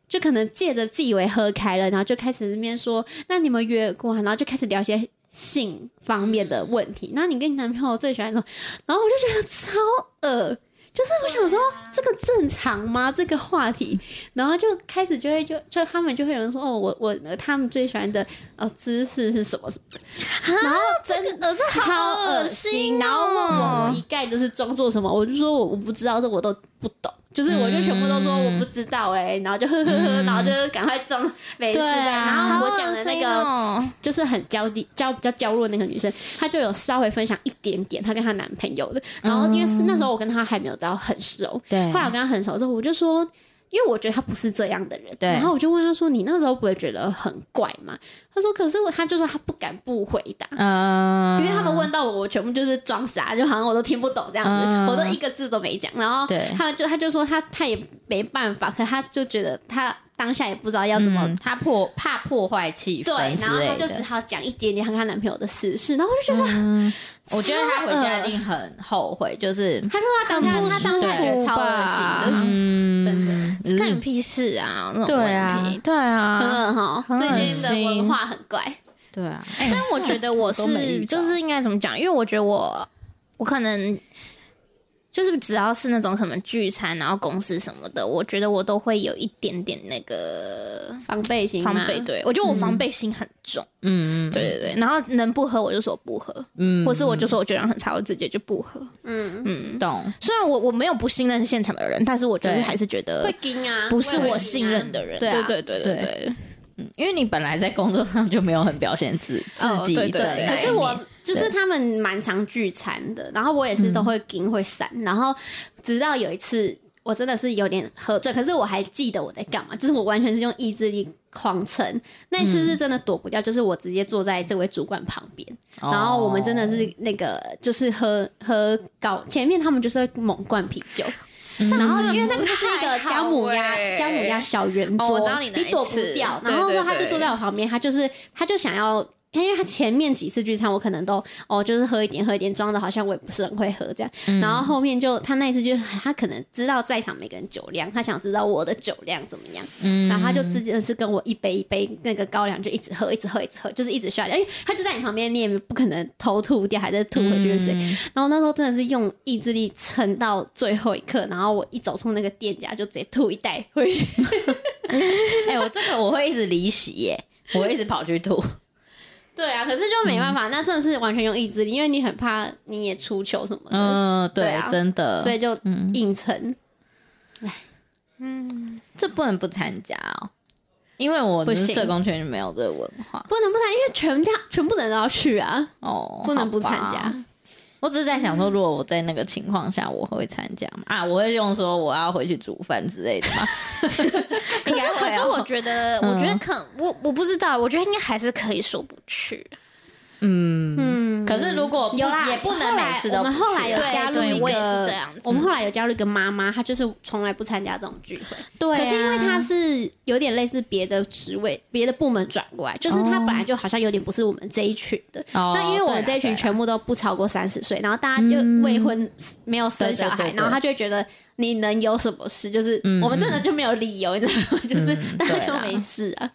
[SPEAKER 1] 就可能借着自以为喝开了，然后就开始那边说，那你们约过啊？然后就开始聊一些性方面
[SPEAKER 3] 嗯
[SPEAKER 1] 的问题。那你跟你男朋友最喜欢什么？然后我就觉得超恶，就是我想说
[SPEAKER 3] 啊
[SPEAKER 1] 这个正常吗？这个话题，然后就开始就会就就他们就会有人说哦，我我呃他们最喜欢的呃姿势是什么什么的，然后真的
[SPEAKER 3] 啊这个
[SPEAKER 1] 超
[SPEAKER 3] 好恶
[SPEAKER 1] 恶
[SPEAKER 3] 心
[SPEAKER 1] 心，啊然
[SPEAKER 2] 嗯
[SPEAKER 1] 后问
[SPEAKER 3] 哦
[SPEAKER 1] 我一概就是装作什么，我就说我我不知道，这我都不懂。就是我就全部都说我不知道哎、然后就呵呵呵，然后就赶快装没事
[SPEAKER 2] 对
[SPEAKER 1] 的。
[SPEAKER 2] 啊
[SPEAKER 1] 然后我
[SPEAKER 3] 好
[SPEAKER 1] 讲的
[SPEAKER 3] 恶
[SPEAKER 1] 那
[SPEAKER 3] 心
[SPEAKER 1] 个
[SPEAKER 3] 哦
[SPEAKER 1] 就是很娇
[SPEAKER 2] 嗯
[SPEAKER 1] 滴娇比较娇弱的那个女生，她就有稍微分享一点点她跟她男朋友的。然后因为是那时候我跟她还没有到很熟，
[SPEAKER 2] 对
[SPEAKER 1] 后来我跟她很熟之后，我就说。因为我觉得她不是这样的人，
[SPEAKER 2] 对
[SPEAKER 1] 然后我就问她说：“你那时候不会觉得很怪吗？”她说：“可是我，她就说她不敢不回答，
[SPEAKER 2] 嗯，
[SPEAKER 1] 因为他们问到我，我全部就是装傻，就好像我都听不懂这样子，
[SPEAKER 2] 嗯
[SPEAKER 1] 我都一个字都没讲。然后
[SPEAKER 2] 对
[SPEAKER 1] 他就他就说他他也没办法，可他就觉得他当下也不知道要怎么
[SPEAKER 2] 嗯她破怕破坏气
[SPEAKER 1] 对，
[SPEAKER 2] 氛之
[SPEAKER 1] 然后
[SPEAKER 2] 类
[SPEAKER 1] 她
[SPEAKER 2] 的，
[SPEAKER 1] 就只好讲一点点她跟她男朋友的私事，然后我就觉
[SPEAKER 3] 嗯
[SPEAKER 1] 得，
[SPEAKER 2] 我觉得她回家
[SPEAKER 1] 超恶
[SPEAKER 2] 一定很后悔，就是
[SPEAKER 1] 她说她当下
[SPEAKER 3] 很不
[SPEAKER 1] 她当下觉得
[SPEAKER 3] 舒服
[SPEAKER 1] 超恶
[SPEAKER 3] 吧
[SPEAKER 1] 心的，
[SPEAKER 2] 嗯，
[SPEAKER 1] 真的
[SPEAKER 3] 是干你屁事啊！那种
[SPEAKER 2] 对啊
[SPEAKER 3] 问题，对啊
[SPEAKER 1] 很恶嗯哈，
[SPEAKER 3] 很恶
[SPEAKER 1] 最近的
[SPEAKER 2] 心
[SPEAKER 1] 文化很怪，
[SPEAKER 2] 对啊，
[SPEAKER 3] 嗯
[SPEAKER 2] *laughs*
[SPEAKER 3] 但我觉得我
[SPEAKER 2] 都没遇
[SPEAKER 3] 是
[SPEAKER 2] 到
[SPEAKER 3] 就是应该怎么讲？因为我觉得我我可能就是只要是那种什么聚餐，然后公司什么的，我觉得我都会有一点点那个
[SPEAKER 1] 防备心嘛啊
[SPEAKER 3] 防备。，对我觉得我防备心很重，
[SPEAKER 2] 嗯嗯
[SPEAKER 3] 对对对。然后能不喝我就说不喝，
[SPEAKER 2] 嗯，
[SPEAKER 3] 或是我就说我觉得很差，我直接就不喝。
[SPEAKER 1] 嗯，
[SPEAKER 3] 嗯，
[SPEAKER 2] 懂，
[SPEAKER 3] 虽然我我没有不信任现场的人，但是我觉得
[SPEAKER 2] 对
[SPEAKER 3] 还是觉
[SPEAKER 1] 会
[SPEAKER 3] 得
[SPEAKER 1] 惊啊，
[SPEAKER 3] 不是
[SPEAKER 1] 会
[SPEAKER 3] 我
[SPEAKER 1] 惊啊
[SPEAKER 3] 信任的人。
[SPEAKER 1] 对啊
[SPEAKER 3] 对对对对，
[SPEAKER 2] 因为你本来在工作上就没有很表现自
[SPEAKER 3] 哦
[SPEAKER 2] 自己
[SPEAKER 3] 对对
[SPEAKER 2] 的那一
[SPEAKER 3] 对
[SPEAKER 2] 面，
[SPEAKER 1] 可是我就是他们蛮常聚餐的，然后我也是都会跟会散，然后直到有一次我真的是有点喝醉，可是我还记得我在干嘛，就是我完全是用意志力狂撑。那一次是真的躲不掉，就是我直接坐在这位主管旁边，
[SPEAKER 2] 哦
[SPEAKER 1] 然后我们真的是那个就是喝喝高，前面他们就是会猛灌啤酒。然后，因为那个就是一个姜母鸭
[SPEAKER 3] 上次很不太好欸
[SPEAKER 1] 姜母鸭小圆
[SPEAKER 3] 哦我
[SPEAKER 1] 桌
[SPEAKER 3] 知道你，哪一
[SPEAKER 1] 你躲不
[SPEAKER 3] 次
[SPEAKER 1] 掉。
[SPEAKER 3] 对
[SPEAKER 1] 然后
[SPEAKER 3] 对
[SPEAKER 1] 呢，他就
[SPEAKER 3] 对
[SPEAKER 1] 坐在我旁边，他就是他就想要，因为他前面几次聚餐我可能都哦，就是喝一点喝一点，装的好像我也不是很会喝这样。
[SPEAKER 3] 嗯
[SPEAKER 1] 然后后面就他那一次就他可能知道在场每个人酒量，他想知道我的酒量怎么样，
[SPEAKER 2] 嗯
[SPEAKER 1] 然后他就直接是跟我一杯一杯那个高粱就一直喝，一直喝，一直喝，就是一直下掉，因为他就在你旁边，你也不可能偷吐掉，还是吐回去的水。
[SPEAKER 2] 嗯
[SPEAKER 1] 然后那时候真的是用意志力撑到最后一刻，然后我一走出那个店家就直接吐一袋回去。
[SPEAKER 2] *laughs* 哎、我这个我会一直离席耶，我会一直跑去
[SPEAKER 1] *laughs*
[SPEAKER 2] 吐。
[SPEAKER 1] 对啊，可是就没办法，那真的是完全用意志力，因为你很怕你也出糗什么的。
[SPEAKER 2] 嗯，对，
[SPEAKER 1] 对啊
[SPEAKER 2] 真的，
[SPEAKER 1] 所以就硬撑，
[SPEAKER 2] 这不能不参加哦，因为我们
[SPEAKER 1] 不行
[SPEAKER 2] 社工圈没有这个文化
[SPEAKER 1] 不能不参，因为全家全部的人都要去啊，
[SPEAKER 2] 哦，
[SPEAKER 1] 不能不参
[SPEAKER 2] 好吧
[SPEAKER 1] 加。。
[SPEAKER 2] 我只是在想说，如果我在那个情况下，我会参加吗？啊，我会用说我要回去煮饭之类的吗？
[SPEAKER 3] 可是，可是我觉得，我觉得可我我不知道，我觉得应该还是可以说不去。啊
[SPEAKER 1] 嗯，
[SPEAKER 2] 可是如果不
[SPEAKER 1] 有啦，
[SPEAKER 2] 也不能每次都
[SPEAKER 1] 后来我们
[SPEAKER 2] 不
[SPEAKER 1] 后来
[SPEAKER 2] 去
[SPEAKER 1] 有
[SPEAKER 2] 啊
[SPEAKER 1] 加入
[SPEAKER 3] 对
[SPEAKER 1] 一个，
[SPEAKER 3] 我也是这样子
[SPEAKER 1] 我们后来有加入一个妈妈，她就是从来不参加这种聚会。
[SPEAKER 2] 对啊
[SPEAKER 1] 可是因为她是有点类似别的职位、别的部门转过来，就是她
[SPEAKER 2] 哦
[SPEAKER 1] 本来就好像有点不是我们这一群的。
[SPEAKER 2] 哦
[SPEAKER 1] 那因为我
[SPEAKER 2] 对
[SPEAKER 1] 们
[SPEAKER 2] 啦
[SPEAKER 1] 这一群
[SPEAKER 2] 对啦
[SPEAKER 1] 全部都不超过三十岁，然后大家就未婚没有生小
[SPEAKER 2] 对对
[SPEAKER 1] 孩
[SPEAKER 2] 对，对
[SPEAKER 1] 然后她就会觉得你能有什么事？就是我们真的就没有理由，你知道吗？就是 *laughs* 大
[SPEAKER 2] 嗯对
[SPEAKER 1] 家
[SPEAKER 2] 嗯
[SPEAKER 1] 就
[SPEAKER 2] 啦
[SPEAKER 1] 没事啊。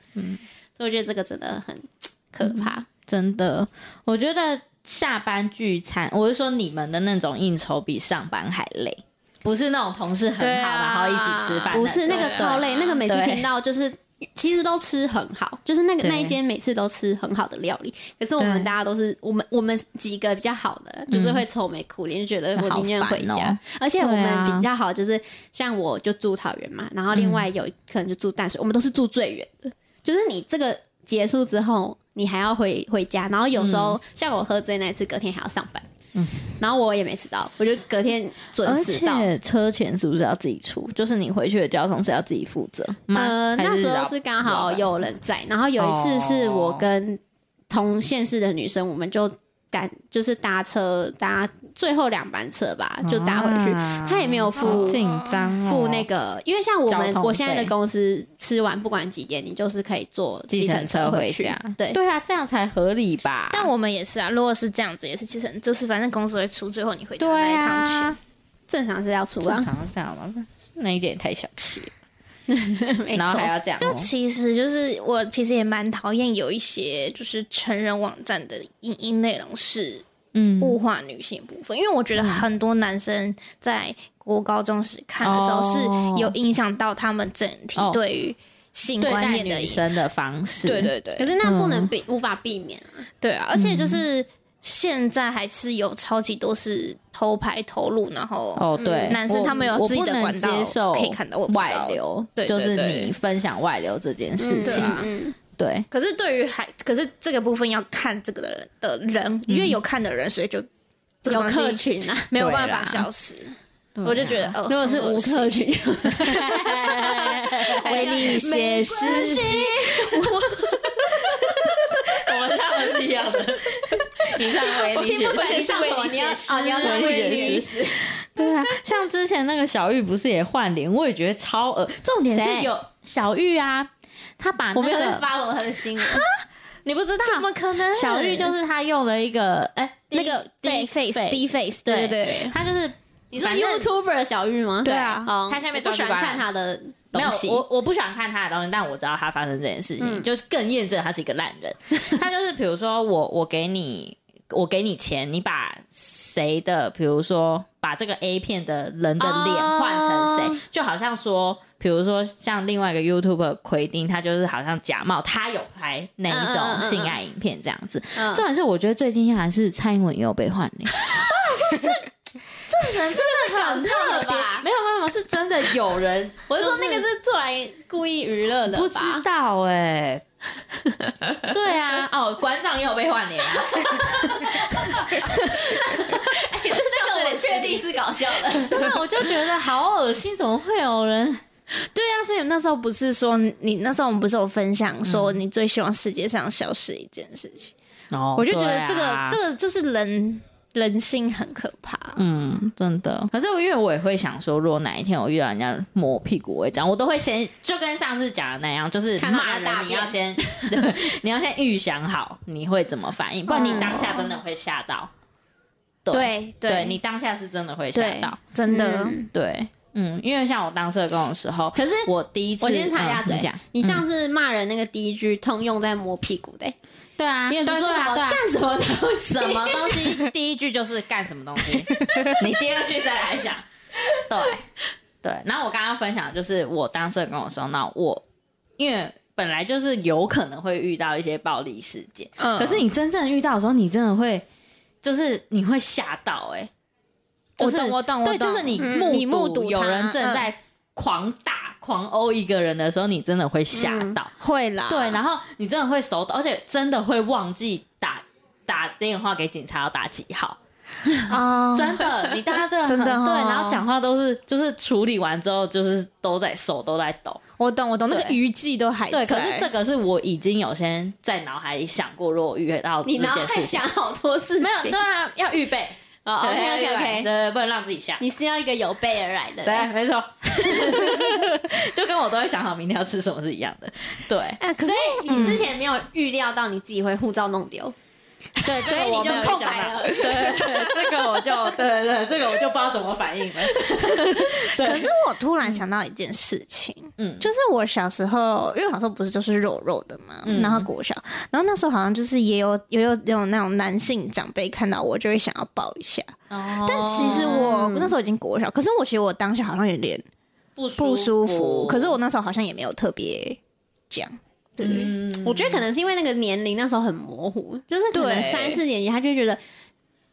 [SPEAKER 1] 所以我觉得这个真的很可怕。
[SPEAKER 2] 真的，我觉得下班聚餐，我是说你们的那种应酬比上班还累，不是那种同事很好、
[SPEAKER 3] 对啊
[SPEAKER 2] 然后一起吃饭种，
[SPEAKER 1] 不是那个
[SPEAKER 3] 对
[SPEAKER 1] 超累，那个每次
[SPEAKER 2] 对啊
[SPEAKER 1] 听到就是。其实都吃很好，就是那个
[SPEAKER 2] 对
[SPEAKER 1] 那一间每次都吃很好的料理。可是我们
[SPEAKER 2] 对
[SPEAKER 1] 大家都是我们我们几个比较好的，就是会愁眉苦脸，就觉得我宁愿回
[SPEAKER 2] 好烦
[SPEAKER 1] 家
[SPEAKER 2] 哦。
[SPEAKER 1] 而且我
[SPEAKER 2] 对啊
[SPEAKER 1] 们比较好，就是像我就住桃园嘛，
[SPEAKER 2] 嗯
[SPEAKER 1] 然后另外有一可能就住淡水，我们都是住最远的。就是你这个
[SPEAKER 2] 嗯
[SPEAKER 1] 结束之后，你还要回回家，然后有时候像我喝醉那一次，隔天还要上班，然后我也没迟到，我就隔天准
[SPEAKER 2] 而
[SPEAKER 1] 时到。
[SPEAKER 2] 且车钱是不是要自己出？就是你回去的交通是要自己负责吗？
[SPEAKER 1] 呃，
[SPEAKER 2] 还
[SPEAKER 1] 那时
[SPEAKER 2] 老
[SPEAKER 1] 候是刚好
[SPEAKER 2] 老哦板
[SPEAKER 1] 有人在，然后有一次是我跟同县市的女生，我们就赶就是搭车搭最后两班车吧，就搭回去。
[SPEAKER 2] 啊
[SPEAKER 1] 他也没有付
[SPEAKER 2] 好紧张哦，
[SPEAKER 1] 付那个，因为像我
[SPEAKER 2] 交
[SPEAKER 1] 们
[SPEAKER 2] 通
[SPEAKER 1] 我现在的
[SPEAKER 2] 费
[SPEAKER 1] 公司吃完不管几点，你就是可以坐
[SPEAKER 2] 计
[SPEAKER 1] 程
[SPEAKER 2] 程车
[SPEAKER 1] 回
[SPEAKER 2] 回
[SPEAKER 1] 去
[SPEAKER 2] 家。
[SPEAKER 1] 对，
[SPEAKER 2] 对啊，这样才合理吧？
[SPEAKER 3] 但我们也是啊，如果是这样子，也是其实就是反正公司会出最后你回
[SPEAKER 2] 对
[SPEAKER 3] 家的那一趟钱。
[SPEAKER 2] 啊，
[SPEAKER 1] 正常是要出
[SPEAKER 2] *laughs*
[SPEAKER 1] 啊
[SPEAKER 2] 正，常是这样吧？那一姐也太小气了，
[SPEAKER 1] 没
[SPEAKER 2] 然后
[SPEAKER 1] 错
[SPEAKER 2] 还要这样哦，
[SPEAKER 3] 就其实就是我其实也蛮讨厌有一些就是成人网站的影音内容是
[SPEAKER 2] 嗯
[SPEAKER 3] 物化女性的部分，因为我觉得很多男生在国高中时看的时候
[SPEAKER 2] 哦
[SPEAKER 3] 是有影响到他们整体
[SPEAKER 2] 哦
[SPEAKER 3] 对于性
[SPEAKER 2] 对
[SPEAKER 3] 观
[SPEAKER 2] 待
[SPEAKER 3] 念的
[SPEAKER 2] 女
[SPEAKER 3] 影
[SPEAKER 2] 生的方式，
[SPEAKER 3] 对对对，
[SPEAKER 1] 可是
[SPEAKER 2] 啊
[SPEAKER 1] 那不能避，无法避免啊。
[SPEAKER 3] 对
[SPEAKER 2] 嗯
[SPEAKER 3] 啊，而且就是现在还是有超级多是偷拍偷录，然后
[SPEAKER 2] 哦，对，
[SPEAKER 3] 嗯男生
[SPEAKER 2] 我
[SPEAKER 3] 他们有
[SPEAKER 2] 我
[SPEAKER 3] 自己的
[SPEAKER 2] 不能
[SPEAKER 3] 管道
[SPEAKER 2] 接受
[SPEAKER 3] 可以看到我不知道
[SPEAKER 2] 外流，
[SPEAKER 3] 对对
[SPEAKER 2] 就是
[SPEAKER 3] 对
[SPEAKER 2] 你分享外流这件事
[SPEAKER 3] 对
[SPEAKER 2] 情，
[SPEAKER 3] 啊
[SPEAKER 1] 嗯，
[SPEAKER 2] 对，
[SPEAKER 3] 可是对于还，可是这个部分要看这个的人的人，因为有看的人，所以就
[SPEAKER 2] 嗯
[SPEAKER 3] 这个
[SPEAKER 1] 有
[SPEAKER 3] 东
[SPEAKER 1] 客
[SPEAKER 3] 西
[SPEAKER 1] 群啊，
[SPEAKER 3] 没有办法
[SPEAKER 2] 对啦
[SPEAKER 3] 消失。
[SPEAKER 2] 对
[SPEAKER 3] 我就觉得
[SPEAKER 2] 啊，
[SPEAKER 3] 哦，
[SPEAKER 1] 如果是无
[SPEAKER 3] 很恶
[SPEAKER 1] 客
[SPEAKER 3] 心，
[SPEAKER 1] 群， *laughs*
[SPEAKER 3] *laughs*
[SPEAKER 2] 为你写诗，我们唱的是一样的， *laughs* 你唱为你写
[SPEAKER 1] 听不懂
[SPEAKER 2] 诗
[SPEAKER 1] 你上火，你要哦，你要上
[SPEAKER 2] 为
[SPEAKER 1] 威
[SPEAKER 2] 你写
[SPEAKER 1] 尼斯，
[SPEAKER 2] 对啊，像之前那个小玉不是也换脸，我也觉得超恶。重点是
[SPEAKER 1] 谁
[SPEAKER 2] 有小玉啊，她把那
[SPEAKER 1] 我没有在
[SPEAKER 2] 个
[SPEAKER 1] 发我他的
[SPEAKER 2] *laughs*
[SPEAKER 1] 新闻，
[SPEAKER 2] 你不知道，
[SPEAKER 1] 怎么可能？
[SPEAKER 2] 小玉就是她用了一个哎、
[SPEAKER 3] 那个
[SPEAKER 2] D
[SPEAKER 3] D face D face，对
[SPEAKER 2] 对
[SPEAKER 3] 对对，
[SPEAKER 2] 她就是
[SPEAKER 1] 你说
[SPEAKER 2] 反正嗯
[SPEAKER 1] YouTuber 的小玉吗？
[SPEAKER 3] 对啊
[SPEAKER 1] 哦
[SPEAKER 2] 他下面
[SPEAKER 1] 我不喜
[SPEAKER 2] 抓
[SPEAKER 1] 欢
[SPEAKER 2] 去关了
[SPEAKER 1] 看他的
[SPEAKER 2] 没
[SPEAKER 1] 东
[SPEAKER 2] 有
[SPEAKER 1] 西，嗯
[SPEAKER 2] 我我不喜欢看她的东西，但我知道她发生这件事情，就是更验证她是一个烂
[SPEAKER 1] *laughs*
[SPEAKER 2] 人。她就是比如说我我给你我给你钱，你把谁的比如说把这个 A 片的人的脸
[SPEAKER 1] 哦
[SPEAKER 2] 换成谁就好像说，比如说像另外一个 YouTuber 奎丁，他就是好像假冒他有拍那一
[SPEAKER 1] 嗯嗯嗯
[SPEAKER 2] 种
[SPEAKER 1] 嗯
[SPEAKER 2] 性爱影片这样子。
[SPEAKER 1] 嗯啊
[SPEAKER 2] 重点是，我觉得最惊讶的是蔡英文也有被换
[SPEAKER 1] *laughs*
[SPEAKER 2] 脸。
[SPEAKER 1] 很特吧？
[SPEAKER 2] *laughs* 没有没有没有，是真的有
[SPEAKER 1] *laughs*
[SPEAKER 2] 人。
[SPEAKER 1] 我是说
[SPEAKER 2] 就是
[SPEAKER 1] 那个是做来故意娱乐的吧，
[SPEAKER 2] 不知道 *laughs* 哎、对啊，哦，馆长也有被换脸、啊，
[SPEAKER 1] 这个我确定是搞笑的。
[SPEAKER 2] 那啊我就觉得好恶心，怎么会有人？
[SPEAKER 3] 对啊，所以那时候不是说你那时候我们不是有分享说你最希望世界上消失一件事情，
[SPEAKER 2] 哦
[SPEAKER 3] 我就觉得这
[SPEAKER 2] 对
[SPEAKER 3] 个、
[SPEAKER 2] 啊
[SPEAKER 3] 这个就是人人性很可怕。
[SPEAKER 2] 嗯，真的。可是我因为我也会想说，如果哪一天我遇到人家摸屁股，我也这样，我都会先就跟上次讲的那样，就是
[SPEAKER 1] 看到
[SPEAKER 2] 骂
[SPEAKER 1] 人家大
[SPEAKER 2] 人，你要
[SPEAKER 1] 便
[SPEAKER 2] 先对， *laughs* 你要先预想好你会怎么反应，不然你当下真的会吓到。
[SPEAKER 3] 对
[SPEAKER 2] 对你当下是真的会吓
[SPEAKER 3] 对
[SPEAKER 2] 到。
[SPEAKER 3] 真的、
[SPEAKER 1] 嗯
[SPEAKER 2] 对，嗯，因为像我当社工的时候，
[SPEAKER 1] 可是
[SPEAKER 2] 我第一次
[SPEAKER 1] 我先插一下
[SPEAKER 2] 嗯你
[SPEAKER 1] 嘴
[SPEAKER 2] 讲，
[SPEAKER 1] 你上次骂人那个第一句通用在摸屁股的欸，
[SPEAKER 2] 对啊
[SPEAKER 1] 你也不是说什么
[SPEAKER 2] 对啊
[SPEAKER 1] 干什么东西，
[SPEAKER 2] *laughs* 什么东西？第一句就是干什么东
[SPEAKER 1] *laughs*
[SPEAKER 2] 西，你第二句再来想。对对，然后我刚刚分享的就是我当时跟我说，那我因为本来就是有可能会遇到一些暴力事件，
[SPEAKER 3] 嗯
[SPEAKER 2] 可是你真正遇到的时候，你真的会就是你会吓到哎、欸就是
[SPEAKER 3] 我懂我懂我
[SPEAKER 2] 对，
[SPEAKER 3] 懂
[SPEAKER 2] 就是你
[SPEAKER 3] 嗯
[SPEAKER 2] 目
[SPEAKER 3] 你目睹
[SPEAKER 2] 有
[SPEAKER 3] 他
[SPEAKER 2] 人正
[SPEAKER 3] 嗯
[SPEAKER 2] 在狂打、狂殴一个人的时候，你真的会吓
[SPEAKER 1] 嗯
[SPEAKER 2] 到。
[SPEAKER 3] 会啦，
[SPEAKER 2] 对，然后你真的会手抖，而且真的会忘记打打电话给警察要打几号，
[SPEAKER 3] 啊，
[SPEAKER 2] 真的，你大家真的很
[SPEAKER 3] 真的哦
[SPEAKER 2] 对，然后讲话都是就是处理完之后就是都在手都在抖，
[SPEAKER 3] 我懂我懂，那个
[SPEAKER 2] 对
[SPEAKER 3] 余悸都还
[SPEAKER 2] 对，
[SPEAKER 3] 在。
[SPEAKER 2] 可是这个是我已经有先在脑海里想过，如果遇到这
[SPEAKER 1] 你脑
[SPEAKER 2] 件事
[SPEAKER 1] 海
[SPEAKER 2] 情，
[SPEAKER 1] 想好多事情，
[SPEAKER 2] 没有对啊，要预备
[SPEAKER 1] 哦
[SPEAKER 2] 对
[SPEAKER 1] ，OK
[SPEAKER 2] 要预备
[SPEAKER 1] OK OK，
[SPEAKER 2] 对，不能让自己吓。
[SPEAKER 1] 你是要一个有备而来的人，欸
[SPEAKER 2] 对，没错， *laughs* 就跟我都会想好明天要吃什么是一样的，对
[SPEAKER 3] 哎、可是
[SPEAKER 1] 所以你
[SPEAKER 2] 嗯
[SPEAKER 1] 之前没有预料到你自己会护照弄丢，
[SPEAKER 2] 对，
[SPEAKER 1] 所以你就空白了。
[SPEAKER 2] 对，这个我就对对，这个我就不知道怎么反应了。
[SPEAKER 3] *laughs* 可是我突然想到一件事情，
[SPEAKER 2] 嗯
[SPEAKER 3] 就是我小时候，因为小时候不是就是肉肉的嘛，
[SPEAKER 2] 嗯
[SPEAKER 3] 然后国小，然后那时候好像就是也有也有也有那种男性长辈看到我就会想要抱一下，
[SPEAKER 2] 哦
[SPEAKER 3] 但其实我、那时候已经国小，可是我其实我当下好像有点
[SPEAKER 2] 不
[SPEAKER 3] 不舒服，嗯可是我那时候好像也没有特别讲，对对
[SPEAKER 2] 嗯
[SPEAKER 3] 对
[SPEAKER 1] 我觉得可能是因为那个年龄那时候很模糊，就是可能
[SPEAKER 3] 对
[SPEAKER 1] 三四年级，他就会觉得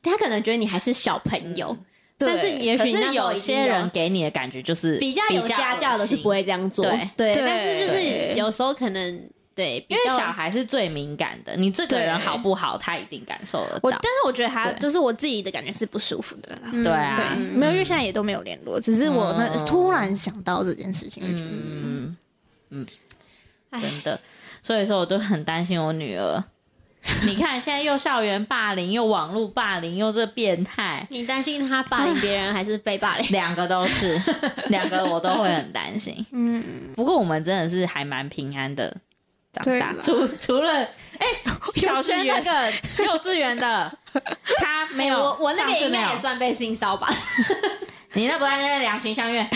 [SPEAKER 1] 他可能觉得你还是小朋友，但是也
[SPEAKER 2] 嗯可
[SPEAKER 1] 许你那
[SPEAKER 2] 是
[SPEAKER 1] 时候
[SPEAKER 2] 有
[SPEAKER 1] 已
[SPEAKER 3] 哦
[SPEAKER 1] 经
[SPEAKER 2] 些人给你的感觉就是
[SPEAKER 1] 比较有家教的是不会这样做，
[SPEAKER 2] 比较恶心
[SPEAKER 1] 对
[SPEAKER 3] 对
[SPEAKER 1] 但是就是
[SPEAKER 3] 对
[SPEAKER 1] 有时候可能
[SPEAKER 3] 对，比
[SPEAKER 2] 因为
[SPEAKER 3] 较
[SPEAKER 2] 小孩是最敏感的，你这个人好不好，他一定感受得
[SPEAKER 3] 我，
[SPEAKER 2] 到
[SPEAKER 3] 但。是我觉得还
[SPEAKER 2] 对
[SPEAKER 3] 就是我自己的感觉是不舒服的
[SPEAKER 1] 嗯
[SPEAKER 3] 啦。
[SPEAKER 2] 对啊
[SPEAKER 3] 嗯对，，哦没有，因为现在也都没有联络，只是我那
[SPEAKER 2] 嗯
[SPEAKER 3] 突然想到这件事情，就觉得
[SPEAKER 2] 嗯嗯，
[SPEAKER 1] 唉
[SPEAKER 2] 真的，所以说我都很担心我女儿。你看，现在又校园霸凌，又网络霸凌，又这变态，
[SPEAKER 1] 你担心他霸凌别人还是被霸凌？ *laughs*
[SPEAKER 2] 两个都是，两个我都会很担心。
[SPEAKER 3] 嗯，
[SPEAKER 2] 不过我们真的是还蛮平安的长
[SPEAKER 3] 对
[SPEAKER 2] 大
[SPEAKER 3] 啦，
[SPEAKER 2] 除除了哎、小轩那个幼稚园的，他没有，
[SPEAKER 1] 哎我我那
[SPEAKER 2] 上
[SPEAKER 1] 个
[SPEAKER 2] 次
[SPEAKER 1] 应
[SPEAKER 2] 没
[SPEAKER 1] 该
[SPEAKER 2] 有
[SPEAKER 1] 也，算被性骚吧？
[SPEAKER 2] 你那不然那两情相悦。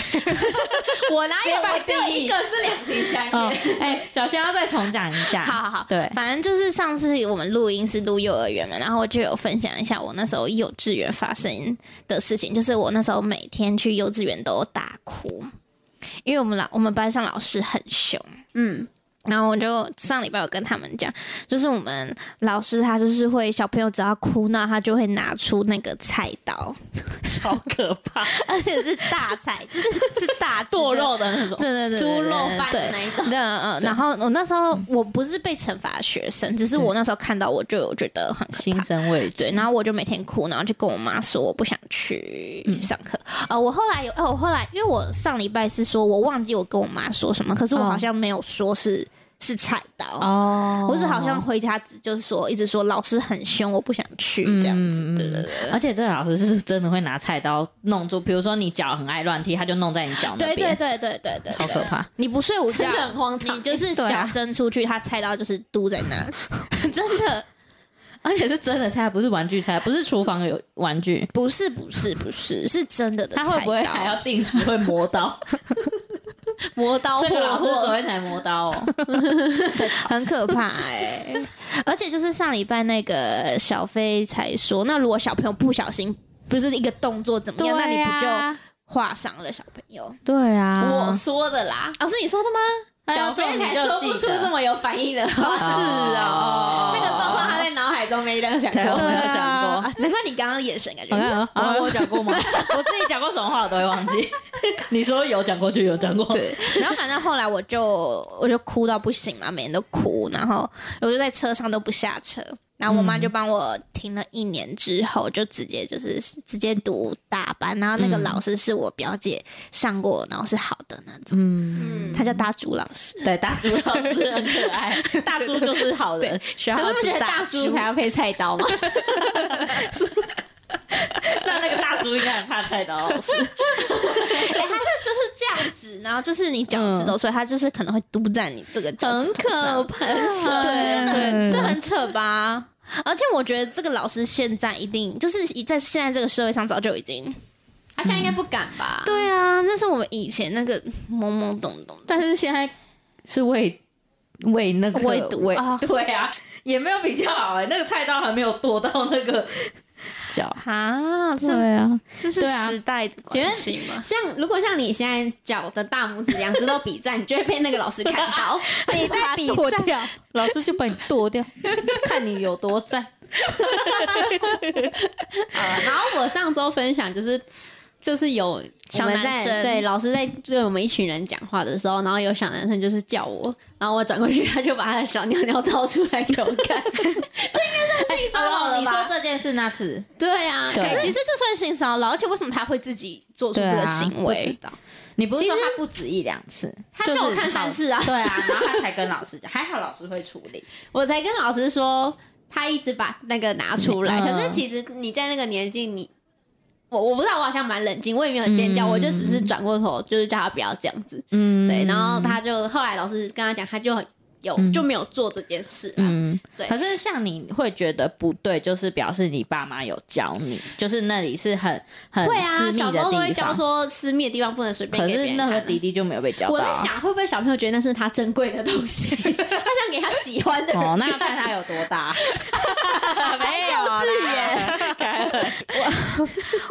[SPEAKER 1] 我哪有？
[SPEAKER 2] 直接把
[SPEAKER 1] 我只有
[SPEAKER 2] 自己
[SPEAKER 1] 一个是两情相悦。
[SPEAKER 2] 哦， *laughs* 哎、小轩要再重讲一下。
[SPEAKER 3] 好好好，
[SPEAKER 2] 对，
[SPEAKER 3] 反正就是上次我们录音是录幼儿园嘛，然后我就有分享一下我那时候幼稚园发生的事情，就是我那时候每天去幼稚园都大哭，因为我们老我们班上老师很凶，
[SPEAKER 1] 嗯，
[SPEAKER 3] 然后我就上礼拜有跟他们讲，就是我们老师他就是会小朋友只要哭闹，他就会拿出那个菜刀，
[SPEAKER 2] 超可 *laughs* 怕，
[SPEAKER 3] *laughs* 而且是大菜，就是是大 *laughs* 只的
[SPEAKER 2] 剁肉的那种。
[SPEAKER 3] 对对对，对
[SPEAKER 1] 猪肉饭
[SPEAKER 3] 对
[SPEAKER 1] 的那一种。
[SPEAKER 3] *laughs* 对，嗯，然后我那时候我不是被惩罚的学生，只是我那时候看到我就觉得很可
[SPEAKER 2] 心
[SPEAKER 3] 怕。
[SPEAKER 2] 生畏惧
[SPEAKER 3] 对，，然后我就每天哭，然后就跟我妈说我不想去上课。
[SPEAKER 2] 嗯
[SPEAKER 3] 呃，我后来有，呃，我后来因为我上礼拜是说我忘记我跟我妈说什么，可是我
[SPEAKER 2] 哦
[SPEAKER 3] 好像没有说是、是菜刀，
[SPEAKER 2] 哦
[SPEAKER 3] 我只好像回家只就是说一直说老师很凶，我不想去这样子。
[SPEAKER 2] 嗯嗯嗯
[SPEAKER 3] 对对对。
[SPEAKER 2] 而且这个老师是真的会拿菜刀弄住，比如说你脚很爱乱踢，他就弄在你脚嗯那
[SPEAKER 3] 对对
[SPEAKER 2] 边，
[SPEAKER 3] 对对对对，
[SPEAKER 2] 超可怕。
[SPEAKER 3] 你不睡午觉
[SPEAKER 1] 真的很荒唐
[SPEAKER 3] 你就是
[SPEAKER 2] 对啊
[SPEAKER 3] 脚伸出去，他菜刀就是嘟在那，真的
[SPEAKER 2] 而且是真的菜，不是玩具菜，不是厨房有玩具。
[SPEAKER 3] 不是不是不是是真的的
[SPEAKER 2] 他
[SPEAKER 3] 菜刀。
[SPEAKER 2] 会不会还要定时会磨刀？
[SPEAKER 1] 磨刀霍
[SPEAKER 2] *laughs* 这个
[SPEAKER 1] 霍
[SPEAKER 2] *laughs* 老师昨天才磨刀哦。
[SPEAKER 3] 很可怕哎、而且就是上礼拜那个小飞才说，那如果小朋友不小心不是一个动作怎么
[SPEAKER 2] 啊
[SPEAKER 3] 样，那你不就划伤了小朋友？
[SPEAKER 2] 就对啊？
[SPEAKER 1] 我说的啦，
[SPEAKER 3] 哦，是你说的吗？
[SPEAKER 1] 小飞才说不出这么有反应的话。
[SPEAKER 3] 是哦
[SPEAKER 2] 啊
[SPEAKER 1] 这个状况他在脑海中没当想
[SPEAKER 2] 对
[SPEAKER 1] 过
[SPEAKER 2] 哦我。没有想过
[SPEAKER 3] 啊难怪你刚刚眼神感觉
[SPEAKER 2] 我看啊，啊我有讲 *laughs* 过吗？我自己讲过什么话我都会忘记。 *laughs* 你说有讲过就有讲过，
[SPEAKER 3] 对，然后反正后来我就我就哭到不行嘛，每天都哭，然后我就在车上都不下车，然后我妈就帮我停了一年之后，就直接就是直接读大班，然后那个老师是我表姐上过，然后是好的那种，
[SPEAKER 1] 嗯，
[SPEAKER 3] 她叫大竹老师，
[SPEAKER 2] 对，大猪老师很可爱，大猪就是好人。
[SPEAKER 3] 学
[SPEAKER 1] 他
[SPEAKER 3] 校
[SPEAKER 1] 们觉得大猪才要配菜刀吗？
[SPEAKER 2] 那那个大猪应该很怕菜哦刀老师。
[SPEAKER 3] 她这就是这样子，然后就是你脚趾头，所以她就是可能会嘟在你这个脚趾头上
[SPEAKER 1] 怕，很扯
[SPEAKER 3] 对，
[SPEAKER 1] 真的很
[SPEAKER 3] 很这很扯吧？而且我觉得这个老师现在一定就是在现在这个社会上早就已经
[SPEAKER 1] *laughs* 他现在应该不敢吧？
[SPEAKER 3] 对啊，那是我们以前那个懵懵懂懂的。
[SPEAKER 2] *laughs* 但是现在是为为那个
[SPEAKER 3] 喂毒
[SPEAKER 2] 喂
[SPEAKER 3] 啊
[SPEAKER 2] *laughs* 对啊，也没有比较好哎、那个菜刀还没有剁到那个脚。
[SPEAKER 3] 啊，这
[SPEAKER 2] 啊，
[SPEAKER 3] 这是
[SPEAKER 2] 对啊
[SPEAKER 3] 时代的关系吗？
[SPEAKER 1] 像如果像你现在脚的大拇指两只都比赞，你就会被那个老师看到。
[SPEAKER 3] *laughs* 你在比
[SPEAKER 2] 剁掉，老师就把你剁掉，看你有多赞。
[SPEAKER 1] 呃然后我上周分享就是就是有
[SPEAKER 3] 小
[SPEAKER 1] 我们
[SPEAKER 3] 男
[SPEAKER 1] 在
[SPEAKER 3] 生
[SPEAKER 1] 对老师在对我们一群人讲话的时候，然后有小男生就是叫我，然后我转过去，他就把他的小尿尿掏出来给我看，这应该算性骚扰了
[SPEAKER 2] 你说
[SPEAKER 1] 吧？
[SPEAKER 2] 这件事那次，
[SPEAKER 1] 对啊，
[SPEAKER 2] 对
[SPEAKER 1] 可
[SPEAKER 3] 哎，
[SPEAKER 1] 是
[SPEAKER 3] 其实这算性骚扰，而且为什么他会自己做出这
[SPEAKER 2] 对
[SPEAKER 3] 个
[SPEAKER 2] 啊
[SPEAKER 3] 行
[SPEAKER 1] 不知
[SPEAKER 3] 为？
[SPEAKER 1] 道，
[SPEAKER 2] 你不是说
[SPEAKER 1] 其实
[SPEAKER 2] 他不止一两次，
[SPEAKER 1] 他叫我看
[SPEAKER 2] 就是好
[SPEAKER 1] 三次啊
[SPEAKER 2] 对啊，然后他才跟老师讲，还好老师会处理。
[SPEAKER 1] 我才跟老师说，他一直把那个拿出来，
[SPEAKER 2] 嗯
[SPEAKER 1] 可是其实你在那个年纪，你。我我不知道，我好像蛮冷静，我也没有尖叫，我就只是转过头，就是叫他不要这样子。
[SPEAKER 2] 嗯
[SPEAKER 1] 对，然后他就后来老师跟他讲，他就很有、就没有做这件事啊啦。
[SPEAKER 2] 嗯，
[SPEAKER 1] 对
[SPEAKER 2] 可是像你会觉得不对，就是表示你爸妈有教你，就是那里是很很
[SPEAKER 1] 会
[SPEAKER 2] 私
[SPEAKER 1] 啊，
[SPEAKER 2] 密
[SPEAKER 1] 小
[SPEAKER 2] 的
[SPEAKER 1] 时候都会
[SPEAKER 2] 地
[SPEAKER 1] 教
[SPEAKER 2] 方。
[SPEAKER 1] 说私密的地方不能随便
[SPEAKER 2] 可
[SPEAKER 1] 给别
[SPEAKER 2] 是
[SPEAKER 1] 人
[SPEAKER 2] 那
[SPEAKER 1] 看啊、
[SPEAKER 2] 个弟弟就没有被教
[SPEAKER 1] 我
[SPEAKER 2] 到
[SPEAKER 1] 在
[SPEAKER 2] 啊、
[SPEAKER 1] 想，会不会小朋友觉得那是他珍贵的东西， *laughs* 他想给他喜欢的人。 *laughs* 啊
[SPEAKER 2] 哦，那要看他有多大。
[SPEAKER 3] 没有啦
[SPEAKER 1] 幼稚园，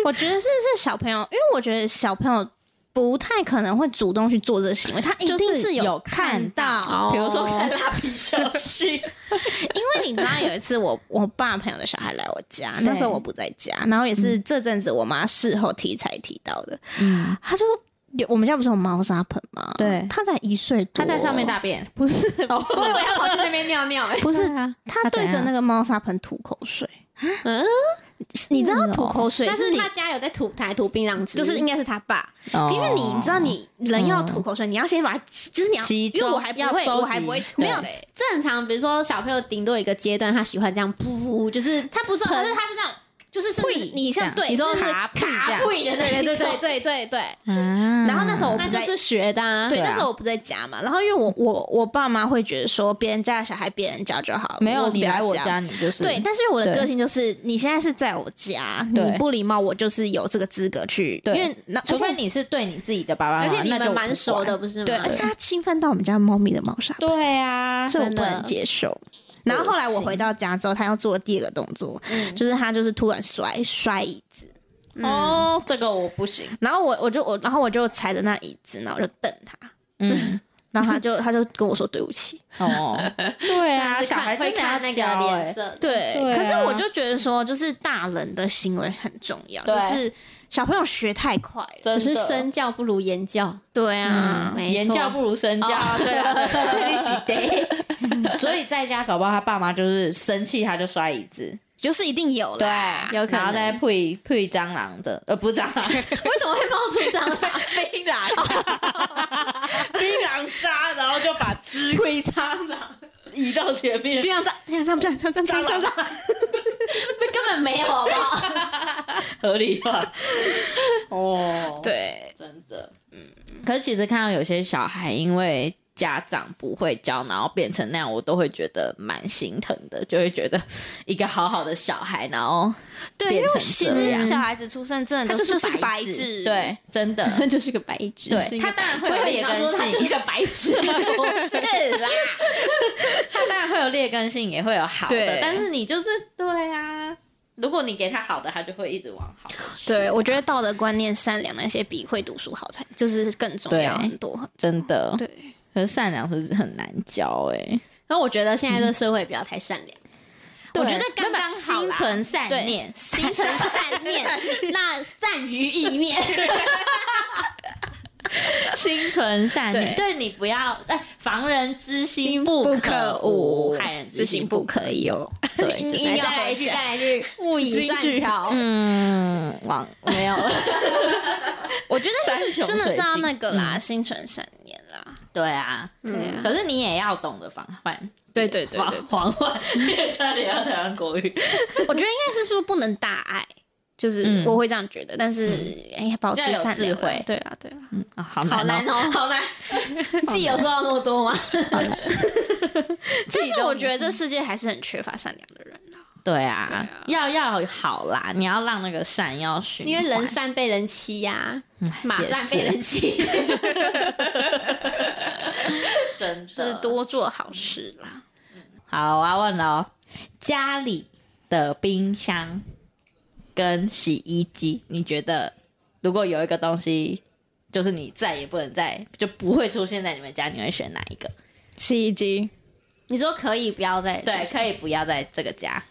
[SPEAKER 3] 我觉得是不是小朋友，因为我觉得小朋友不太可能会主动去做这个行为，他一定
[SPEAKER 2] 就是有
[SPEAKER 3] 有
[SPEAKER 2] 看
[SPEAKER 3] 看到，
[SPEAKER 2] 比如说看蜡笔小新，
[SPEAKER 3] *laughs* 因为你知道有一次我我爸朋友的小孩来我家，那时候我不在家，然后也是这阵子我妈事后提才提到的，嗯，她就有我们家不是有猫砂盆吗？
[SPEAKER 2] 对
[SPEAKER 3] 他才一岁
[SPEAKER 2] 他
[SPEAKER 3] 多，
[SPEAKER 2] 在上面大便，
[SPEAKER 1] 不是，
[SPEAKER 2] 哦
[SPEAKER 1] 我以为要跑去那边尿尿哎、
[SPEAKER 3] 不是
[SPEAKER 2] 对啊，
[SPEAKER 3] 他对
[SPEAKER 2] 怎
[SPEAKER 3] 着
[SPEAKER 2] 样
[SPEAKER 3] 那个猫砂盆吐口水，
[SPEAKER 1] *laughs* 嗯，
[SPEAKER 3] 你知道吐口水
[SPEAKER 1] 但是
[SPEAKER 3] 你
[SPEAKER 1] 他家有在吐台吐槟榔汁，
[SPEAKER 3] 就是应该是他爸，
[SPEAKER 2] 哦嗯
[SPEAKER 3] 因为你知道你人要吐口水，你要先把它，就是你要，
[SPEAKER 2] 集中
[SPEAKER 3] 因为我还不
[SPEAKER 2] 要
[SPEAKER 3] 会，
[SPEAKER 2] 收集
[SPEAKER 3] 我还不会吐
[SPEAKER 2] 对
[SPEAKER 3] 嘞，
[SPEAKER 1] 正常，比如说小朋友顶多有一个阶段，他喜欢这样噗，就是
[SPEAKER 3] 他不是，
[SPEAKER 1] 喷
[SPEAKER 3] 可是他是那种，就是甚至
[SPEAKER 2] 呸
[SPEAKER 3] 你像
[SPEAKER 2] 这样
[SPEAKER 3] 对，
[SPEAKER 2] 你说
[SPEAKER 3] 就是
[SPEAKER 2] 卡呸这
[SPEAKER 1] 卡
[SPEAKER 2] 样
[SPEAKER 1] 会的，对对对对对对对，
[SPEAKER 2] 啊
[SPEAKER 3] 然后那时候我
[SPEAKER 1] 那
[SPEAKER 3] 不
[SPEAKER 1] 就
[SPEAKER 3] 在。
[SPEAKER 1] 是学的、啊，
[SPEAKER 3] 对，
[SPEAKER 2] 对啊
[SPEAKER 3] 那时候我不在家嘛，然后因为我我我爸妈会觉得说别人家的小孩别人教就好了，
[SPEAKER 2] 没有
[SPEAKER 3] 不
[SPEAKER 2] 你
[SPEAKER 3] 要
[SPEAKER 2] 来我
[SPEAKER 3] 教
[SPEAKER 2] 家，你就是
[SPEAKER 3] 对，但是我的
[SPEAKER 2] 对
[SPEAKER 3] 个性就是，你现在是在我家，你
[SPEAKER 2] 对
[SPEAKER 3] 不礼貌，我就是有这个资格去，因
[SPEAKER 2] 对
[SPEAKER 3] 为那
[SPEAKER 2] 除
[SPEAKER 3] 而且
[SPEAKER 2] 非你是对你自己的爸爸妈妈，
[SPEAKER 1] 而且你
[SPEAKER 2] 那
[SPEAKER 1] 们
[SPEAKER 2] 就
[SPEAKER 1] 蛮熟的，
[SPEAKER 2] 不
[SPEAKER 1] 不是吗？
[SPEAKER 3] 对，而且他侵犯到我们家猫咪的猫砂，
[SPEAKER 2] 管。对啊，
[SPEAKER 3] 这我不
[SPEAKER 1] 真的
[SPEAKER 3] 能接受。然后后来我回到家之后，他要做的第二个动作，
[SPEAKER 2] 嗯
[SPEAKER 3] 就是他就是突然摔摔椅子，
[SPEAKER 2] 哦，这个我不行。
[SPEAKER 3] 然后我我就我然后我就踩着那椅子，然后我就瞪他，
[SPEAKER 2] 嗯，
[SPEAKER 3] 然后他
[SPEAKER 2] *laughs*
[SPEAKER 3] 就他就跟我说对不起，
[SPEAKER 2] 哦，对啊，
[SPEAKER 1] *laughs* 是
[SPEAKER 2] 小
[SPEAKER 1] 看
[SPEAKER 2] 孩
[SPEAKER 1] 会
[SPEAKER 2] 真的要
[SPEAKER 1] 看那
[SPEAKER 2] 教
[SPEAKER 1] 个
[SPEAKER 2] 欸
[SPEAKER 1] 脸色，
[SPEAKER 3] 对，
[SPEAKER 2] 对啊
[SPEAKER 3] 可是我就觉得说，就是大人的行为很重要，
[SPEAKER 2] 对
[SPEAKER 3] 就是小朋友学太快了，
[SPEAKER 2] 真
[SPEAKER 1] 只是
[SPEAKER 2] 的
[SPEAKER 1] 身教不如言教，嗯
[SPEAKER 3] 对啊，
[SPEAKER 1] 没错
[SPEAKER 2] 言教不如身教，
[SPEAKER 1] 哦
[SPEAKER 2] 对啊， *laughs* 对啊你是 *laughs* 得。所以在家搞不好他爸妈就是生气，他就摔椅子，
[SPEAKER 3] 就是一定有啦，
[SPEAKER 1] 有可能
[SPEAKER 2] 然后再配配蟑螂的，呃，不是蟑螂，
[SPEAKER 1] *laughs* 为什么会冒出这样？哦
[SPEAKER 2] 槟榔， *laughs* 槟榔渣，然后就把枝
[SPEAKER 1] 会蟑 *laughs* 螂，
[SPEAKER 2] 移到前 *laughs* 面，
[SPEAKER 3] 这样这样这样这样这样这样这样这样，
[SPEAKER 1] 根本没有，好不好？
[SPEAKER 2] 合理化。哦，
[SPEAKER 3] 对，
[SPEAKER 2] 真的，嗯。可是其实看到有些小孩因为家长不会教，然后变成那样，我都会觉得蛮心疼的，就会觉得一个好好的小孩，然后
[SPEAKER 3] 对，因
[SPEAKER 2] 变成
[SPEAKER 3] 为其
[SPEAKER 2] 这样
[SPEAKER 3] 实小孩子出生真
[SPEAKER 2] 他
[SPEAKER 3] 的都
[SPEAKER 2] 就是
[SPEAKER 3] 是白
[SPEAKER 2] 纸，
[SPEAKER 3] 纸，，
[SPEAKER 2] 对，真 *laughs* 的。
[SPEAKER 1] 那 *laughs* 就是个白纸。
[SPEAKER 2] 对
[SPEAKER 1] 是一个
[SPEAKER 2] 他当然
[SPEAKER 1] 白
[SPEAKER 2] 会有
[SPEAKER 1] 纸
[SPEAKER 2] 劣根性
[SPEAKER 1] 我以为你要说他就是个白纸。
[SPEAKER 2] 不 *laughs* 是啦，他当然会有劣根性，也会有好的
[SPEAKER 3] 对，
[SPEAKER 2] 但是你就是对啊。如果你给他好的，他就会一直往好的去。
[SPEAKER 3] 对我觉得道德观念、善良那些比会读书好才就是更重要
[SPEAKER 2] 对
[SPEAKER 3] 很多。
[SPEAKER 2] *laughs* 真的，
[SPEAKER 3] 对，
[SPEAKER 2] 可是善良是很难教哎、
[SPEAKER 1] 然后我觉得现在这个社会不要太善良，
[SPEAKER 2] 我
[SPEAKER 3] 我觉得刚刚好
[SPEAKER 2] 心
[SPEAKER 3] 啦
[SPEAKER 2] 存善
[SPEAKER 3] 对
[SPEAKER 2] 念，
[SPEAKER 3] 心存 *laughs* 善念，
[SPEAKER 1] 那善于意面，
[SPEAKER 2] 心存善念，
[SPEAKER 3] 对
[SPEAKER 2] 对你不要哎，防人之 *laughs* 心不
[SPEAKER 3] 不
[SPEAKER 2] 可
[SPEAKER 3] 可无，
[SPEAKER 2] 害人之
[SPEAKER 3] 之
[SPEAKER 2] 心
[SPEAKER 3] 心
[SPEAKER 2] 不
[SPEAKER 3] 不
[SPEAKER 2] 可。
[SPEAKER 3] 可有。
[SPEAKER 2] *laughs* 对，就是
[SPEAKER 3] 硬
[SPEAKER 1] 再
[SPEAKER 3] 要
[SPEAKER 1] 来一句，
[SPEAKER 3] 回家
[SPEAKER 1] 再来一句，勿以善巧。
[SPEAKER 2] 嗯，往没有，
[SPEAKER 3] 我觉得就
[SPEAKER 2] 山
[SPEAKER 3] 是
[SPEAKER 2] 穷
[SPEAKER 3] 真的
[SPEAKER 2] 水
[SPEAKER 3] 是要
[SPEAKER 2] 尽嗯
[SPEAKER 3] 那个啦，心存善念啦。
[SPEAKER 2] 对啊，
[SPEAKER 3] 对啊
[SPEAKER 2] 可是你也要懂得防范，
[SPEAKER 3] 对对对
[SPEAKER 2] 黄
[SPEAKER 3] 对
[SPEAKER 2] 黄冠， *laughs* 差点要台湾国语。
[SPEAKER 3] 我觉得应该是说不能大爱，就是
[SPEAKER 2] 嗯
[SPEAKER 3] 我会这样觉得，但是哎呀，保持
[SPEAKER 2] 要有
[SPEAKER 3] 善良
[SPEAKER 2] 智慧
[SPEAKER 3] 对啊，对啊，
[SPEAKER 2] 啊，好
[SPEAKER 1] 好难
[SPEAKER 2] 哦，
[SPEAKER 1] 哦，好难， *laughs* 自己有做到那么多吗？
[SPEAKER 3] 但是我觉得
[SPEAKER 2] 嗯
[SPEAKER 3] 这世界还是很缺乏善良的人啦。
[SPEAKER 2] 对啊
[SPEAKER 3] 啊，
[SPEAKER 2] 要要好啦，你要让那个善要循环，
[SPEAKER 1] 因为人善被人欺呀，马
[SPEAKER 2] 也
[SPEAKER 1] 善
[SPEAKER 2] 是
[SPEAKER 1] 被人欺。
[SPEAKER 2] 真
[SPEAKER 3] 就是
[SPEAKER 2] 的
[SPEAKER 3] 多做好事啦。
[SPEAKER 2] 好，我要问了哦，家里的冰箱跟洗衣机，你觉得如果有一个东西，就是你再也不能再就不会出现在你们家，你会选哪一个？
[SPEAKER 3] 洗衣机，
[SPEAKER 1] 你说可以不要再
[SPEAKER 2] 对，可以不要在这个家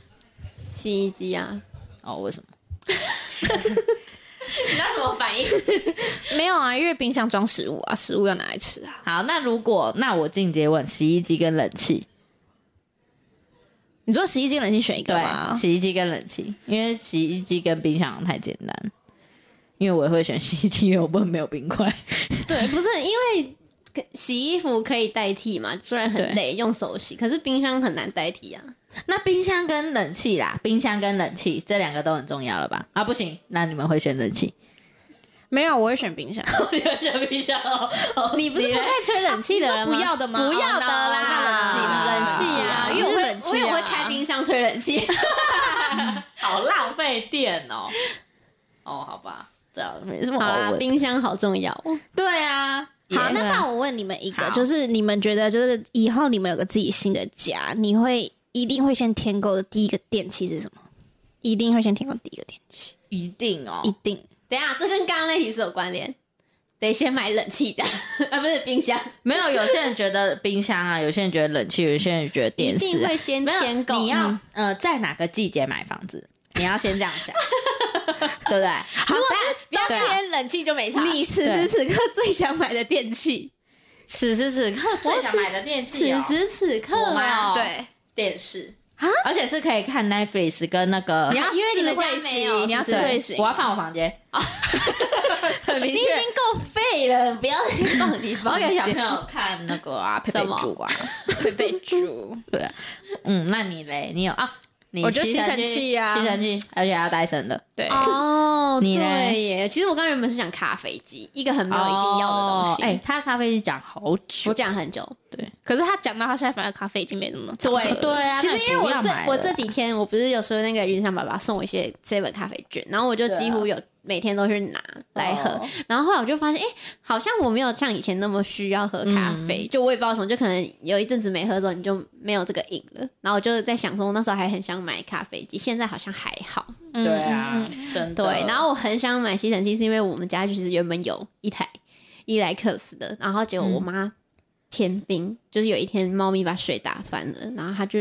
[SPEAKER 1] 洗衣机啊？
[SPEAKER 2] 哦？为什么？
[SPEAKER 1] 你那什么反应？
[SPEAKER 3] *laughs* 没有啊，因为冰箱装食物啊，食物要拿来吃啊。
[SPEAKER 2] 好，那如果那我进阶问，洗衣机跟冷气，
[SPEAKER 3] 你说洗衣机、冷气选一个
[SPEAKER 2] 对，
[SPEAKER 3] 吗？
[SPEAKER 2] 洗衣机跟冷气，因为洗衣机跟冰箱太简单。因为我也会选洗衣机，因为我不能没有冰块。
[SPEAKER 1] 对，不是因为可洗衣服可以代替嘛，虽然很累，用手洗，可是冰箱很难代替啊。
[SPEAKER 2] 那冰箱跟冷气啦，冰箱跟冷气这两个都很重要了吧？啊，不行，那你们会选冷 *laughs* 气？
[SPEAKER 3] 没有，我会选 *laughs* 冰箱。
[SPEAKER 2] 你会选冰箱哦？ *laughs*
[SPEAKER 1] 你不是不太吹冷气的人吗？
[SPEAKER 3] 你说不要的吗
[SPEAKER 1] 不要的
[SPEAKER 3] 哦那
[SPEAKER 1] 啦，
[SPEAKER 3] 冷气啦
[SPEAKER 1] 冷气啊，
[SPEAKER 3] 冷
[SPEAKER 1] 因
[SPEAKER 3] 气啊
[SPEAKER 1] 为我会，
[SPEAKER 3] 你是冷气啊
[SPEAKER 1] 我也会开冰箱吹冷气。
[SPEAKER 2] 好浪费电哦。哦，好吧，这样没什么
[SPEAKER 1] *laughs* 好啦，冰箱好重要哦。
[SPEAKER 2] 对啊，
[SPEAKER 3] 好，
[SPEAKER 2] 也
[SPEAKER 3] 那不然我问你们一个
[SPEAKER 2] 好，
[SPEAKER 3] 就是你们觉得，就是以后你们有个自己新的家，你会一定会先添购的第一个电器是什么？一定会先添购第一个电器，
[SPEAKER 2] 一定哦
[SPEAKER 3] 一定。
[SPEAKER 1] 等一下，这跟刚刚那题是有关联。得先买冷气的， *laughs* 啊，不是冰箱，
[SPEAKER 2] 没有，有些人觉得冰箱啊，有些人觉得冷气，有些人觉得
[SPEAKER 1] 一
[SPEAKER 2] 电
[SPEAKER 1] 定
[SPEAKER 2] 视、啊
[SPEAKER 1] 会，先
[SPEAKER 2] 没有
[SPEAKER 1] 添购。
[SPEAKER 2] 你要
[SPEAKER 1] 嗯 *laughs*
[SPEAKER 2] 呃，在哪个季节买房子？你要先这样想，对不对？好
[SPEAKER 1] 比较
[SPEAKER 2] 对啊
[SPEAKER 1] 偏冷气就没差。
[SPEAKER 3] 你此时此刻最想买的电器，
[SPEAKER 2] 此时此
[SPEAKER 1] *laughs*
[SPEAKER 2] 刻最想买的电视、
[SPEAKER 1] 此
[SPEAKER 2] 哦，
[SPEAKER 1] 时此刻
[SPEAKER 2] 我妈
[SPEAKER 1] 啊，
[SPEAKER 2] 哦
[SPEAKER 3] 对，
[SPEAKER 2] 电视而且是可以看 Netflix 跟那个，
[SPEAKER 3] 你要
[SPEAKER 1] 因为啊你们家
[SPEAKER 3] 智慧
[SPEAKER 1] 没有
[SPEAKER 3] 型你要
[SPEAKER 1] 是不
[SPEAKER 3] 智
[SPEAKER 1] 是
[SPEAKER 3] 慧
[SPEAKER 2] 对
[SPEAKER 3] 型，，
[SPEAKER 2] 我要放我房间， *laughs* 很明
[SPEAKER 1] 哦你已经
[SPEAKER 2] 确。
[SPEAKER 1] 够废了，不要再放你 *laughs*
[SPEAKER 2] 我
[SPEAKER 1] 房
[SPEAKER 2] 要给
[SPEAKER 1] 间
[SPEAKER 2] 小朋友看那个啊，佩
[SPEAKER 1] 什
[SPEAKER 2] 佩
[SPEAKER 1] 么
[SPEAKER 2] 猪
[SPEAKER 1] *laughs*
[SPEAKER 2] 啊，
[SPEAKER 3] 会被煮。
[SPEAKER 2] 嗯，那你嘞？你有啊？你
[SPEAKER 3] 我就
[SPEAKER 2] 吸
[SPEAKER 3] 吸尘器啊
[SPEAKER 2] 吸尘器，而且还要戴森的，
[SPEAKER 3] 对，
[SPEAKER 1] 哦，
[SPEAKER 2] 你嘞
[SPEAKER 1] 对耶。其实我刚原本是想咖啡机，一个很没有一定要的东
[SPEAKER 2] 哦
[SPEAKER 1] 西。
[SPEAKER 2] 哎，他的咖啡机讲好久
[SPEAKER 1] 我，讲很久，
[SPEAKER 3] *laughs* 可是他讲到他现在反而咖啡已经没那么常喝
[SPEAKER 1] 对
[SPEAKER 3] 了
[SPEAKER 2] 对啊，
[SPEAKER 1] 其实
[SPEAKER 2] 那
[SPEAKER 1] 因为
[SPEAKER 2] 不
[SPEAKER 1] 我
[SPEAKER 2] 要
[SPEAKER 1] 这
[SPEAKER 2] 买
[SPEAKER 1] 我
[SPEAKER 2] 了
[SPEAKER 1] 这几天我不是有说那个云山爸爸送我一些 seven 咖啡券，然后我就几乎有每天都去拿来喝，
[SPEAKER 2] 啊哦
[SPEAKER 1] 然后后来我就发现，哎、好像我没有像以前那么需要喝咖啡，
[SPEAKER 2] 嗯
[SPEAKER 1] 就我也不知道为什么，就可能有一阵子没喝之后你就没有这个瘾了，然后我就在想说，我那时候还很想买咖啡机，现在好像还好，
[SPEAKER 2] 对
[SPEAKER 3] 嗯
[SPEAKER 2] 啊，真的
[SPEAKER 1] 嗯对，然后我很想买吸尘器，是因为我们家其实原本有一台伊莱克斯的，然后结果我妈天兵，就是有一天猫咪把水打翻了，然后她就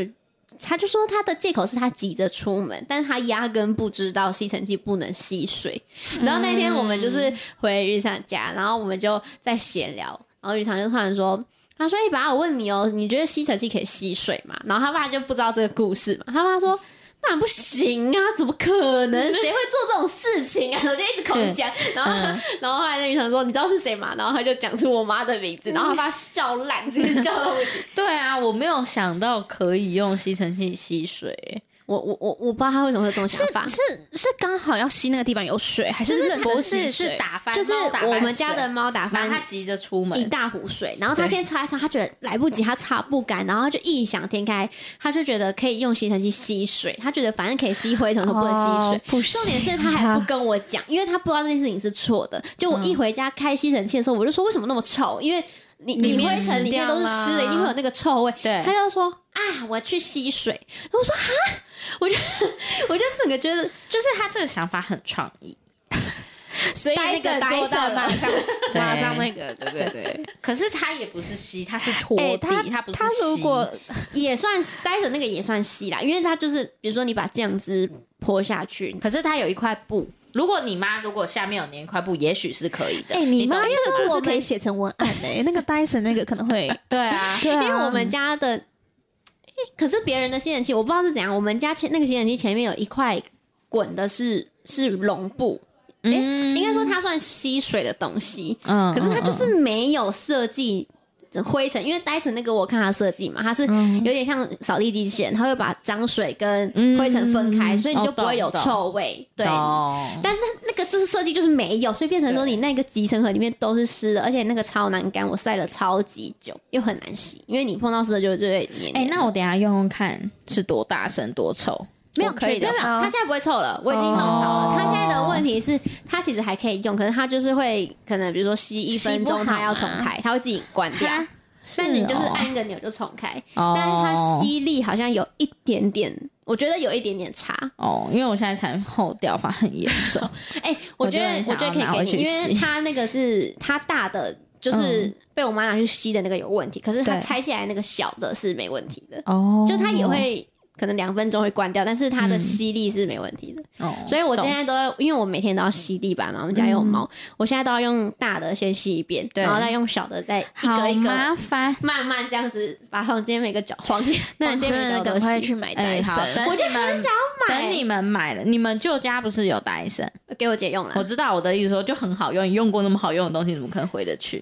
[SPEAKER 1] 她就说她的借口是她急着出门，但她压根不知道吸尘器不能吸水。
[SPEAKER 2] 嗯
[SPEAKER 1] 然后那天我们就是回玉上家，然后我们就在闲聊，然后玉长就突然说。他说：“哎、爸，我问你哦，你觉得吸尘器可以吸水吗？”然后他爸就不知道这个故事嘛，他爸说：“那不行啊，怎么可能？谁会做这种事情 *laughs* 啊？我就一直狂讲，然后、然后后来那女生说你知道是谁吗？然后他就讲出我妈的名字，然后他爸笑烂，直接笑到不行。
[SPEAKER 2] 对啊，我没有想到可以用吸尘器吸水，
[SPEAKER 1] *laughs* 我我我我不知道他为什么会有这种想法，
[SPEAKER 3] 是是刚好要吸那个地板有水，还是认
[SPEAKER 2] 不是
[SPEAKER 3] 真吸水
[SPEAKER 2] 是打翻，
[SPEAKER 1] 就是
[SPEAKER 2] 猫打翻
[SPEAKER 1] 我们家的
[SPEAKER 2] 水，
[SPEAKER 1] 猫打
[SPEAKER 2] 然
[SPEAKER 1] 翻
[SPEAKER 2] 后他急着出
[SPEAKER 1] 一
[SPEAKER 2] 门，
[SPEAKER 1] 大壶水，然后他
[SPEAKER 2] 对
[SPEAKER 1] 先擦一擦，他觉得来不及，他擦不干，然后他就异想天开，他就觉得可以用吸尘器吸水，他觉得反正可以吸灰尘，说不能吸水。
[SPEAKER 3] 哦不行
[SPEAKER 1] 重点是他还不跟我讲，因为他不知道这件事情是错的。就我一回家开吸尘器的时候，我就说为什么那么臭？因为你
[SPEAKER 2] 里
[SPEAKER 1] 你
[SPEAKER 2] 面
[SPEAKER 1] 灰尘里面
[SPEAKER 3] 湿掉
[SPEAKER 1] 都是湿的，
[SPEAKER 3] 啦
[SPEAKER 1] 一定会有那个臭味。
[SPEAKER 2] 对
[SPEAKER 1] 他就说啊，我去吸水。我说哈， *laughs* 我就我就整个觉得
[SPEAKER 2] 就是他这个想法很创意，
[SPEAKER 3] 所以那个
[SPEAKER 1] Dyson
[SPEAKER 3] 戴
[SPEAKER 1] 做到
[SPEAKER 3] 森
[SPEAKER 1] 了
[SPEAKER 3] 马 *laughs* 上
[SPEAKER 2] 对
[SPEAKER 3] 马上那个，对对对。
[SPEAKER 2] 可是他也不是吸，他是拖
[SPEAKER 3] 哎，
[SPEAKER 2] 地，
[SPEAKER 3] 他
[SPEAKER 2] 不是
[SPEAKER 3] 他如
[SPEAKER 2] 吸
[SPEAKER 3] 果
[SPEAKER 1] 也算是呆着那个也算吸啦，因为它就是比如说你把酱汁泼下去，
[SPEAKER 2] 可是他有一块布。如果你妈如果下面有粘一块布，也许是可以的。
[SPEAKER 3] 哎，你妈
[SPEAKER 2] 懂
[SPEAKER 3] 这
[SPEAKER 2] 意思
[SPEAKER 3] 个
[SPEAKER 2] 吗
[SPEAKER 3] 故事可以写成文案哎，那个戴森那个可能会，
[SPEAKER 2] 对啊，
[SPEAKER 3] 对啊，
[SPEAKER 1] 因为我们家的，诶可是别人的吸尘器我不知道是怎样，我们家前那个吸尘器前面有一块滚的是是绒布，哎、应该说它算吸水的东西，
[SPEAKER 2] 嗯
[SPEAKER 1] 可是它就是没有设计灰尘，因为呆成那个我看它设计嘛，它是有点像扫地机器人，它会把脏水跟灰尘分
[SPEAKER 2] 嗯
[SPEAKER 1] 开，
[SPEAKER 2] 嗯
[SPEAKER 1] 所以你就
[SPEAKER 2] 哦
[SPEAKER 1] 不会有
[SPEAKER 2] 懂
[SPEAKER 1] 臭味，对。
[SPEAKER 2] 哦
[SPEAKER 1] 但是那个就是设计就是没有，所以变成说
[SPEAKER 2] 对
[SPEAKER 1] 你那个集成盒里面都是湿的，而且那个超难干，我晒了超级久，又很难洗，因为你碰到湿的就就会黏黏的。
[SPEAKER 2] 哎、那我等一下用用看是多大声多臭。
[SPEAKER 1] 没有
[SPEAKER 3] 我可以
[SPEAKER 1] 没有，
[SPEAKER 3] 的
[SPEAKER 1] 没有
[SPEAKER 2] 啊
[SPEAKER 3] 话
[SPEAKER 1] 它现在不会臭了，我已经弄好了。
[SPEAKER 2] 哦
[SPEAKER 1] 它现在的问题是，它其实还可以用，可是它就是会可能比如说吸一分
[SPEAKER 3] 吸不
[SPEAKER 1] 钟，
[SPEAKER 3] 好
[SPEAKER 1] 它要重开，它会自己关掉。
[SPEAKER 2] 哈
[SPEAKER 1] 但你就是
[SPEAKER 2] 哦
[SPEAKER 1] 按一个钮就重开，
[SPEAKER 2] 哦
[SPEAKER 1] 但是它吸力好像有一点点，我觉得有一点点差。
[SPEAKER 2] 哦，因为我现在产后掉发很严重，
[SPEAKER 1] 哎、我觉得我
[SPEAKER 2] 我
[SPEAKER 1] 觉
[SPEAKER 2] 就很
[SPEAKER 1] 得可
[SPEAKER 2] 想要拿回
[SPEAKER 1] 以给你，
[SPEAKER 2] 去
[SPEAKER 1] 因为
[SPEAKER 2] 洗
[SPEAKER 1] 它那个是它大的，就是被我妈拿去吸的那个有问题，可是它
[SPEAKER 2] 对
[SPEAKER 1] 拆下来那个小的是没问题的，
[SPEAKER 2] *laughs* 哦嗯
[SPEAKER 1] 就它也会。可能两分钟会关掉，但是它的吸力是没问题的，
[SPEAKER 2] 哦，
[SPEAKER 1] 所以我
[SPEAKER 2] 懂
[SPEAKER 1] 现在都要，因为我每天都要吸地板嘛，我们家有猫，我现在都要用大的先吸一遍，
[SPEAKER 2] 对
[SPEAKER 1] 然后再用小的再一
[SPEAKER 2] 好
[SPEAKER 1] 个一个
[SPEAKER 2] 麻烦。
[SPEAKER 1] 慢慢这样子把房间每个角 *laughs* 房间，
[SPEAKER 3] *laughs* 那
[SPEAKER 1] 房
[SPEAKER 3] 你
[SPEAKER 1] 间
[SPEAKER 3] 真
[SPEAKER 1] 每个
[SPEAKER 3] 的
[SPEAKER 1] 角
[SPEAKER 3] 赶
[SPEAKER 1] 都
[SPEAKER 3] 快
[SPEAKER 1] 吸
[SPEAKER 3] 去买戴
[SPEAKER 2] 哎，好，
[SPEAKER 3] 森。
[SPEAKER 2] 等
[SPEAKER 1] 我就
[SPEAKER 2] 你们
[SPEAKER 1] 很想买
[SPEAKER 2] 等你们买了，你们旧家不是有戴森？
[SPEAKER 1] 给我姐用了
[SPEAKER 2] 我。知道我的意思说就很好用，你用过那么好用的东西，怎么可能回得去？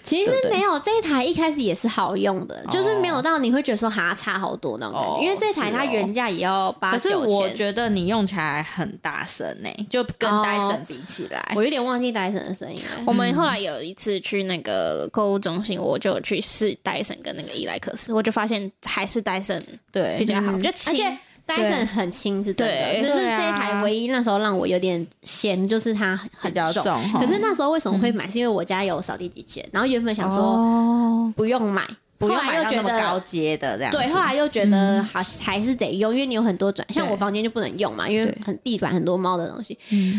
[SPEAKER 1] 其实
[SPEAKER 2] 对不对
[SPEAKER 1] 没有这一台一开始也是好用的，就是没有到你会觉得说哈差好多那种感觉，
[SPEAKER 2] 哦
[SPEAKER 1] 因为这台它原价也要八
[SPEAKER 2] 可是
[SPEAKER 1] 九
[SPEAKER 2] 我
[SPEAKER 1] 千。
[SPEAKER 2] 觉得你用起来很大声呢、就跟
[SPEAKER 1] 哦
[SPEAKER 2] 戴森比起来，
[SPEAKER 1] 我有点忘记戴森的声音了。
[SPEAKER 3] 我们后来有一次去那个购物中心，我就有去试戴森跟那个伊莱克斯，我就发现还是戴森
[SPEAKER 2] 对
[SPEAKER 3] 比较好，
[SPEAKER 1] 嗯
[SPEAKER 3] 比较
[SPEAKER 1] 而
[SPEAKER 3] 轻。
[SPEAKER 1] 且戴森很轻是真的，
[SPEAKER 3] 对
[SPEAKER 1] 就是
[SPEAKER 2] 对
[SPEAKER 1] 这
[SPEAKER 2] 啊
[SPEAKER 1] 一台唯一那时候让我有点嫌，就是它
[SPEAKER 2] 比
[SPEAKER 1] 很
[SPEAKER 2] 较重
[SPEAKER 1] 重。
[SPEAKER 2] 哈。
[SPEAKER 1] 可是那时候为什么会买？
[SPEAKER 2] 嗯
[SPEAKER 1] 是因为我家有扫地机器人，然后原本想说
[SPEAKER 2] 哦，
[SPEAKER 1] 不用买，
[SPEAKER 2] 不用
[SPEAKER 1] 后来
[SPEAKER 2] 买
[SPEAKER 1] 又
[SPEAKER 2] 到
[SPEAKER 1] 觉
[SPEAKER 2] 那么
[SPEAKER 1] 得
[SPEAKER 2] 高阶的这样子。嗯
[SPEAKER 1] 对，后来又觉得好还是得用，因为你有很多转，像
[SPEAKER 2] 对
[SPEAKER 1] 我房间就不能用嘛，因为
[SPEAKER 2] 对
[SPEAKER 1] 很地板很多猫的东西。